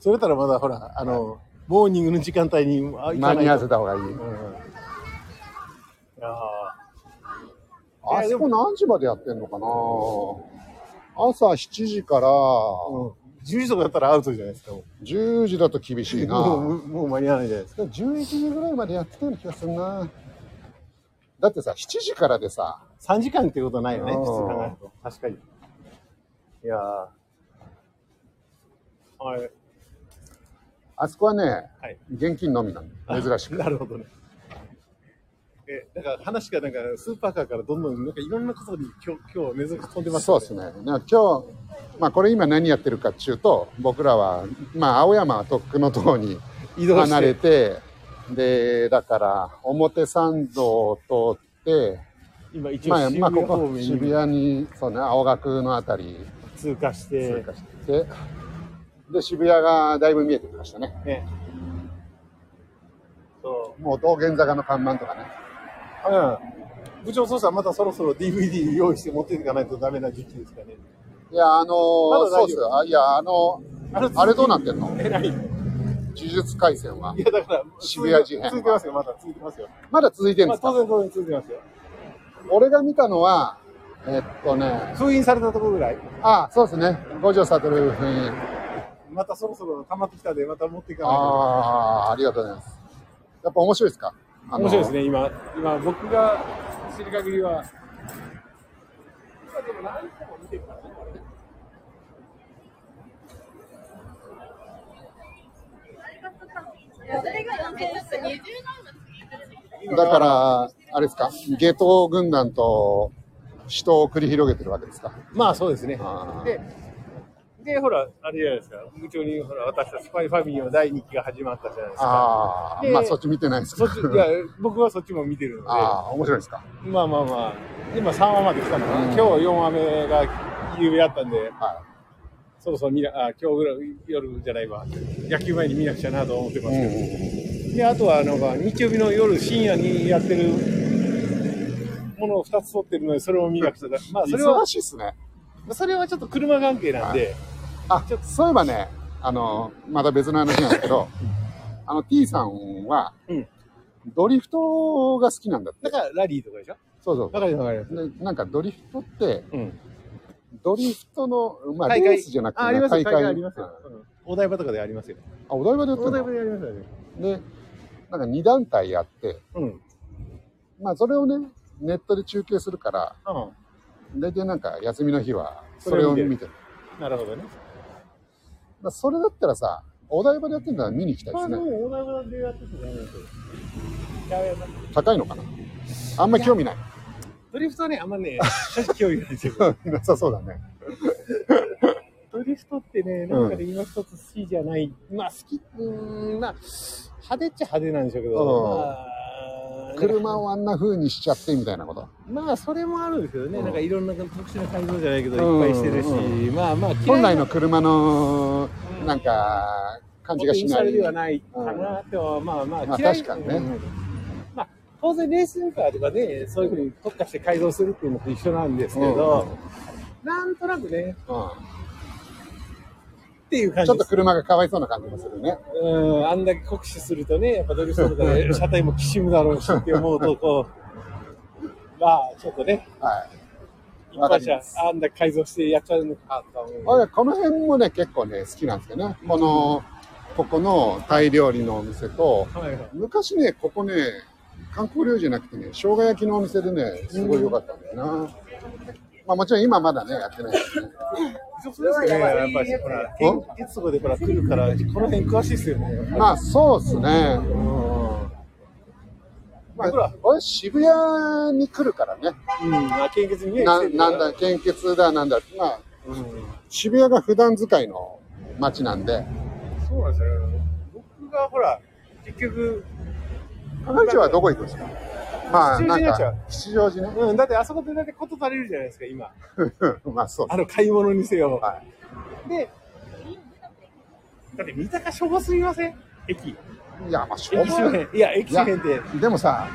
S2: それたらまだほら、あの、モーニングの時間帯にあ行
S1: 間
S2: かない
S1: に合わせ
S2: と。
S1: た方がいい。
S2: いや
S1: あそこ何時までやってんのかな朝7時から
S2: ーうん、10時とかだったらアウトじゃないですか、も。
S1: 10時だと厳しいうな。
S2: もうもう間に合わないじゃないですか。
S1: でも11時ぐらいまでやってたような気がするな。だってさ、7時からでさ、
S2: 3時間ってことはないよね、
S1: う
S2: 普
S1: ん
S2: 通考えると。確かに。いやーはい。
S1: あそこはね、
S2: はい
S1: 現金のみなの。珍しく。
S2: なるほどね。え、だから話がなんか、スーパーカーからどんどん、なんかいろんなことに今日、今日、目覚め飛んでます
S1: そうです
S2: ね。
S1: ね。なんか今日、まあこれ今何やってるかっていうと、僕らは、まあ青山はとっくの塔に
S2: 移動して。
S1: 離れて、で、だから表参道を通って、
S2: 今一応
S1: まあ、
S2: 渋
S1: まあ
S2: 谷
S1: こ
S2: 方
S1: こ
S2: 面
S1: 渋
S2: に
S1: 谷に、そうね、青学のあたり
S2: 通過し
S1: 通
S2: て、
S1: 過して、で、渋谷がだいぶ見えてきましたね。
S2: ね。そ
S1: もう道玄坂の看板とかね。
S2: う。うん。部長そうしたらまたそろそろ DVD 用意して持っていかないとダメな時期ですかね。
S1: いや、あの
S2: ま
S1: ー、
S2: だ
S1: そう
S2: 大丈夫
S1: っすよ。あいや、あの
S2: あれ
S1: あれどうなってんの
S2: え、何い
S1: 呪術廻戦は。
S2: や、だから、
S1: 渋谷事変
S2: 続いてますよ、まだ続いてますよ。
S1: まだ続いてるん
S2: ま
S1: です
S2: あ、
S1: か、
S2: 当然当然続いてますよ。
S1: 俺が見たのは、えっとね、
S2: 封印されたところぐらい。
S1: あ、そうですね。五条悟封印。
S2: またそろそろ溜まってきたんで、また持っていか
S1: あ
S2: ないと。
S1: あ、ありがとうございます。やっぱ面白いですかあの
S2: 面白いですね、今。今、僕が知る限りは。でも何個も見てるからね
S6: それが20年
S1: だから、あれですか下等軍団と死闘を繰り広げてるわけですか
S2: まあそうですね
S1: あ。ー
S2: で、で、ほら、あれじゃないですか、部長に、ほら、私たちスパイファミリーの第2期が始まったじゃないですか。
S1: ああ、
S2: で
S1: まあそっち見てないです
S2: そ
S1: か
S2: っち、いや、僕はそっちも見てるので、
S1: ああ、面白いですか
S2: まあまあまあ、今3話まで来たのかな、
S1: うん
S2: 今日4話目が夕べあったんで、
S1: は
S2: そろそろ見な、あ、今日ぐらい、夜じゃないわ、野球前に見なくちゃなと思ってま
S1: い。
S2: すけど、で、あとは、なんか、日曜日の夜、深夜にやってるものを2つ撮ってるので、それを見なくちゃ な、まあそれは
S1: 忙、しいっすね。
S2: それはちょっと車関係なんで、
S1: あ、そういえばね、あの、また別の話なんですけど、あの T さんは
S2: うん、
S1: ドリフトが好きなんだって。
S2: だからラリーとかでしょ
S1: そうそう
S2: わかりますわかります。
S1: でなんかドリフトって、
S2: うん。
S1: ドリフトの、まあ、
S2: 大
S1: レ
S2: 会
S1: ースじゃなくて、
S2: あ、ありますよ。大会あります
S1: う
S2: よ
S1: ん。
S2: うんお台場とかでありますよ。
S1: あ、お台場でやって
S2: お
S1: る
S2: 台
S1: の
S2: 場でやりましたね。
S1: で、なんか2団体やって、
S2: うん。
S1: まあそれをね、ネットで中継するから、
S2: あ
S1: 大体なんか休みの日はそ
S2: そ
S1: れ
S2: れ
S1: を
S2: を
S1: 見
S2: 見
S1: て
S2: て
S1: る。だ
S2: る
S1: か
S2: あ、なるほどね。
S1: らそれだったらさ、お台場でやってるなら見に行きたいで
S2: まあ
S1: す
S2: で
S1: ね。
S2: もお台場でやってたじゃないですか。
S1: 高いのかなあんまり興味ない。
S2: ドリフトはね、あん まね、興味ないんですよ。
S1: なさそうだね。
S2: ドリフトってね、なんかで今一つ好きじゃない。まあ好き、うーん、まあ、派手っちゃ派手なんでしょう
S1: う
S2: け
S1: ん
S2: ど、まあ、
S1: 車をあんな風にしちゃってみたいなこと。
S2: まあそれもあるんですけどね、
S1: うん
S2: なんかいろんな特殊な改造じゃないけど、
S1: うん
S2: いっぱいしてるし、
S1: う
S2: まあまあ
S1: 本来
S2: の
S1: の車の、なんか、感じがし
S2: ポ
S1: な
S2: テンシャル
S1: い。
S2: ではないかなっては、まあ
S1: ま
S2: ま
S1: あ
S2: あ嫌い、
S1: 確かにね
S2: うんまあ当然レーシングカーとかね、そういうふうに特化して改造するっていうのと一緒なんですけど、なんとなくね、
S1: うん
S2: っていう感
S1: ちょ
S2: じ
S1: っと
S2: です。
S1: 車がかわいそうな感じもするね。
S2: うん、あんだけ酷使するとね、やっぱドリフトとかで車体もきしむだろうしって思うと、こう、まあちょっとね、
S1: は
S2: 一
S1: わか
S2: 般
S1: りま
S2: 車
S1: す
S2: あんだけ改造してやっちゃうのかとは思う
S1: い。俺、この辺もね、結構ね、好きなんですよね。この、ここのタイ料理のお店と、
S2: はいはい
S1: 昔ね、ここね、観光料理じゃなくてね、生姜焼きのお店でね、すごい良かったんだよな。まあもちろん今まだね、やってないけどね。
S2: そうですね、やっぱりほら、天気とかでほら来るから、この辺詳しいですよね。
S1: まあそうっすね。
S2: うん
S1: まあ、俺渋谷に来るからね。
S2: うん、まあ、献血にね、
S1: な
S2: 来てるか
S1: な
S2: ら
S1: んだ、献血だなんだ。まあ、
S2: うん、
S1: 渋谷が普段使いの街なんで、
S2: そうなんですよ。僕がほら、結局、
S1: 係長はどこ行くんですかまあ、
S2: 吉
S1: なん
S2: 祥寺になっちゃう
S1: か、吉祥寺ね。
S2: うん、だってあそこでだってこと足りるじゃないですか、今。
S1: まあそうで
S2: あの買い物にせよ。
S1: す。は
S2: で、だって三鷹しょぼすぎません駅。
S1: い。いや、まあ、しょう
S2: 駅周
S1: もない。
S2: 辺。いや、駅周辺って。
S1: でもさ、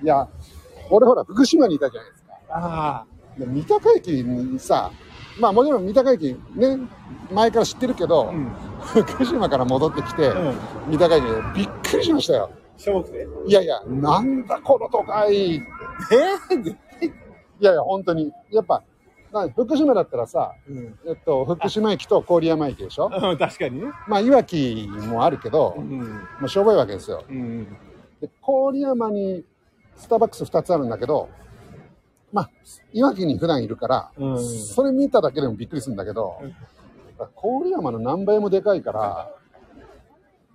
S1: いや、俺ほら、福島にいたじゃないですか。
S2: ああ。
S1: で三鷹駅にさ、まあもちろん三鷹駅ね、前から知ってるけど、
S2: うん。
S1: 福島から戻ってきて、
S2: うん。
S1: 三鷹駅でびっくりしましたよ。
S2: しょぼくて。
S1: いやいや、なんだこの都会って。
S2: えー、
S1: いやいや、本当に。やっぱ、な福島だったらさ、
S2: うん。
S1: えっと、福島駅と郡山駅でしょ
S2: うん、確かにね。
S1: まあ、いわきもあるけど、
S2: ん。
S1: もうしょぼいわけですよ。
S2: うん。
S1: で、郡山にスターバックス2つあるんだけど、まあ、いわきに普段いるから、
S2: うん
S1: それ見ただけでもびっくりするんだけど、
S2: うん
S1: 郡山の何倍もでかいから、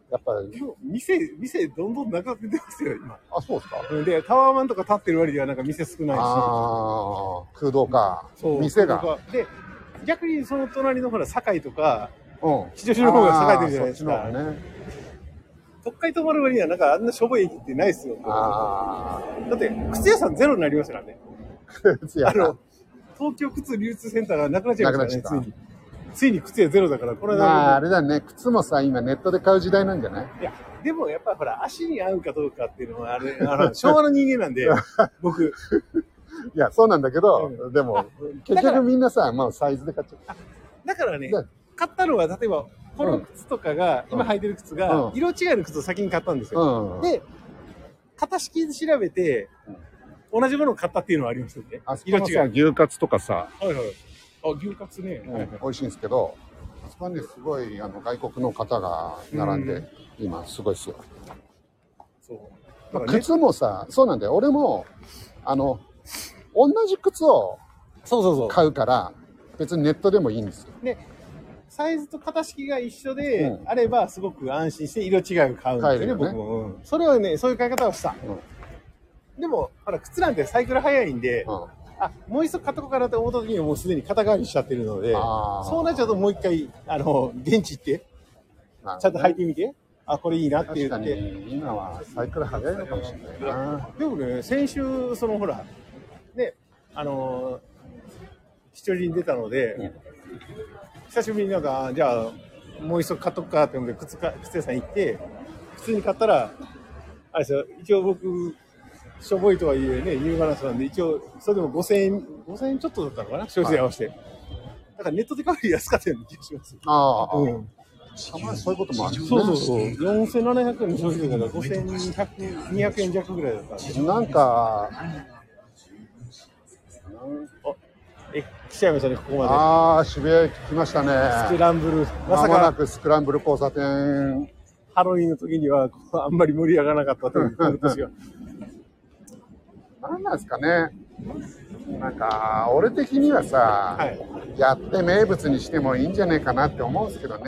S1: やっぱり、
S2: 店、店どんどんなくなってますよ、今。
S1: あ、そうですか
S2: うんで、タワーマンとか立ってる割にはなんか店少ないし。
S1: ああ、空洞か。
S2: そう
S1: 店が。。
S2: で、逆にその隣のほら、堺とか、
S1: うん。
S2: 吉祥寺の方が栄えてるじゃないです
S1: あーそっち
S2: か。
S1: の方ね。
S2: 特会泊まる割には、なんかあんなしょぼい駅ってないっすよ。
S1: あ
S2: だって、靴屋さんゼロになりましたからね。
S1: あ、 靴屋
S2: あ
S1: さん
S2: の、東京靴流通センターがなくなっちゃいました
S1: なくなっ
S2: ね、ついに。ついに靴屋ゼロだから、これ
S1: まあ、あ
S2: は、
S1: れだね。靴もさ、今ネットで買う時代なんじゃない
S2: いや、でもやっぱりほら、足に合うかどうかっていうのは、あれ、あの、 昭和の人間なんで、僕。
S1: いや、そうなんだけど、でも、結
S2: だから
S1: 局みんなさ、まあ、サイズで買っちゃった。
S2: だからね
S1: だ、
S2: 買ったのは、例えば、この靴とかが、今履いてる靴
S1: う
S2: が
S1: ん、
S2: 色違いの靴を先に買ったんですよ。
S1: うん。
S2: で、型式で調べて、同じものを買ったっていうのはありましたよね
S1: あ。そこ
S2: 色
S1: の
S2: 違い。
S1: さ、
S2: はい
S1: 牛カツとかさ、
S2: はい。あ、牛カツね。
S1: うん美味しいんですけど、あそこはね、すごい、あの、外国の方が並ん
S2: う
S1: で
S2: ん、
S1: 今、すごいっすよ。
S2: そう。
S1: まあ
S2: だからね、
S1: 靴もさ、そうなんだよ。俺も、あの、同じ靴を
S2: そうそうそう。
S1: 買うから、別にネットでもいいんですよ。
S2: サイズと型式が一緒で
S1: うん
S2: あれば、すごく安心して色違いを買うんです
S1: 買えるよ
S2: よね、
S1: ね
S2: 僕も、うんそれはね、そういう買い方をした。でも、ほら、靴なんてサイクル早いんで、
S1: うん。
S2: あ、もう一度買っとこうかなと思った時にはもうすでに肩代わりしちゃってるので、
S1: あー
S2: そうなっちゃうともう一回、あの、現地行って、
S1: なるほどね
S2: ちゃんと履いてみて、あ、これいいなって言
S1: 確か
S2: って、
S1: に、今はサイクル早いのかもしれないな。
S2: でもね、先週、そのほら、ね、あのー、吉祥寺に出たので、
S1: うん
S2: 久しぶりになんか、あじゃあ、もう一足買っとくかって思って、靴か、靴屋さん行って、普通に買ったら、あれですよ、一応僕、しょぼいとはいえね、ニューバランスなんで、一応、それでも5000円、5000円ちょっとだったのかな、消費税合わせて。だからネットで買うより安かったような気がします。
S1: ああ、
S2: うん。
S1: たまにそういうこともあるね。
S2: そうそうそう。4700円の消費税だから5200、200円弱ぐらいだったんで。
S1: なんか、
S2: え、岸山さんにここま
S1: ああ、渋谷駅来ました
S2: で。スク
S1: ね。
S2: ランブル、ま
S1: ま
S2: さ
S1: もな
S2: か
S1: くスクランブル交差点。
S2: ハロウィンの時にはこうあんまり盛り上がらなかったという私が。
S1: なんなんですかね。なんか、俺的に はさ、
S2: はい
S1: やって名物にしてもいいんじゃねえかなって思うんですけどね。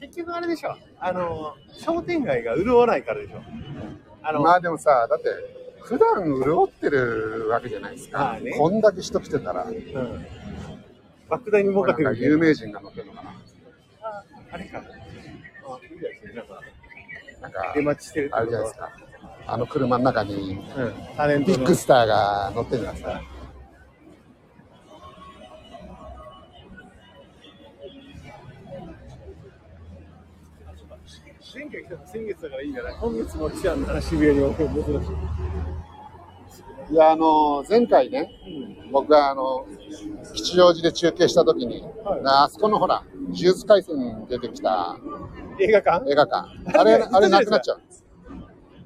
S2: 結局あれでしょ。あの、商店街が潤わないからでしょ。あの、
S1: まあでもさ、だって、普段潤ってるわけじゃないです
S2: ま
S1: か
S2: あ。ね
S1: こんだけ人来てたら、
S2: うん。莫大に儲
S1: な
S2: か
S1: ん
S2: ってる
S1: か
S2: みたい
S1: 有
S2: な。
S1: 名人が乗ってるのかな。
S2: あれか。あ、いいですね。なんか、
S1: なんか
S2: 出、待ちしてるって
S1: あれ
S2: こ
S1: じ
S2: と
S1: ゃないですか。あの車の中に
S2: うん。タレント
S1: ビ
S2: の
S1: ッグスターが乗ってるんじゃないですか。
S2: 前回来たの先月だからいいんじゃない今月も来たんだな、渋谷に僕も珍しい。
S1: いや、あの、前回ね、僕があの、吉祥寺で中継した時に、
S2: はい
S1: あそこのほら、呪術廻戦に出てきた
S2: 映画館
S1: 映画館、あれ、
S2: あれ
S1: あれなくなっちゃう。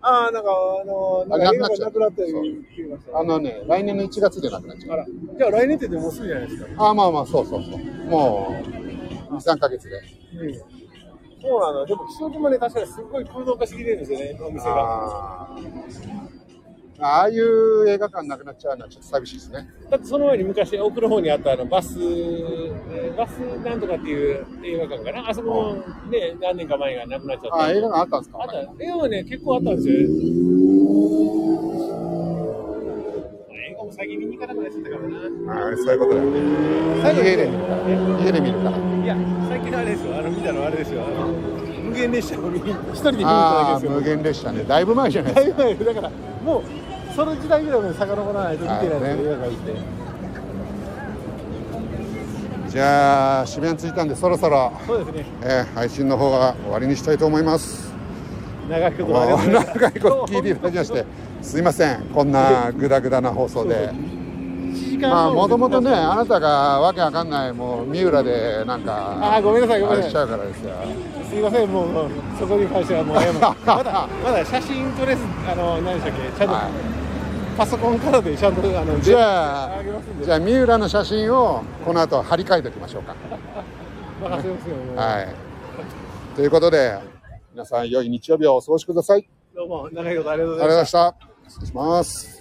S2: ああ、なんか、あのー、なんか
S1: あ
S2: 映
S1: なくなっ
S2: 画館
S1: ちゃ
S2: な
S1: う
S2: くなったよ聞きましたね
S1: あのね、来年の1月でなくなっちゃ
S2: あ
S1: う。
S2: ら、じゃあ来年ってでもうすぐじゃないですか。
S1: ああ、まあまあ、そうそうそう。もう、2、3ヶ月で。
S2: うん。そうなの。でも、気象島ね、確かにすっごい空洞化してきてるんですよね、お店が。
S1: ああああいう映画館なくなっちゃうのはちょっと寂しいですね。
S2: だってその前に昔、奥の方にあったあのバス、えーバスなんとかっていう映画館かな。あそこのね、何年か前がなくなっちゃった。
S1: ああ、映画館あったんですか
S2: あった、映画はね、結構あったんですよ。映画も最近見に行かなくなっちゃったからな。
S1: ああ、そういうことだよね。家で見るから。家で見るから。
S2: いや、最近のあれですよ、あの見たのはあれですよ、あの無限列車を見に一人で見に行った
S1: あ
S2: だ
S1: あ、
S2: け
S1: 無
S2: ですよ。
S1: 限列車ね。だいぶ前じゃないですか。
S2: だいぶ前だから、もうその時代ぐらいまで遡らないと見てないん
S1: あー
S2: です
S1: ね
S2: よ、映画館行って。
S1: じゃあ渋谷に着いたんでそろそろ、
S2: そうですね、
S1: えー配信の方は終わりにしたいと思います
S2: 長いこ
S1: もう
S2: とあり がとうございます
S1: 長いこと聞いていただきましてすいませんこんなグダグダな放送で
S2: 一時間
S1: まあもともとね
S2: あ
S1: あなたがわけわかんないもう三浦でなんか
S2: あーごめんなさいごめん
S1: あ
S2: なさい
S1: れしちゃうからですよ
S2: すいません、もうもうそこに関してはもう謝るまだ、まだ写真とです、あの、何でしたっけ、ちゃんと、
S1: は
S2: パソコンからでちゃんと、あの、
S1: いじゃあ
S2: あげますんで、
S1: じゃあ三浦の写真をこの後貼り替えておきましょうか
S2: 任せますよ、もう
S1: はいということで皆さん良い日曜日をお過ごしください
S2: どうも、長いことありがとうご
S1: あり
S2: ざ
S1: がとうござい
S2: いまし
S1: ま
S2: た
S1: し。た失礼します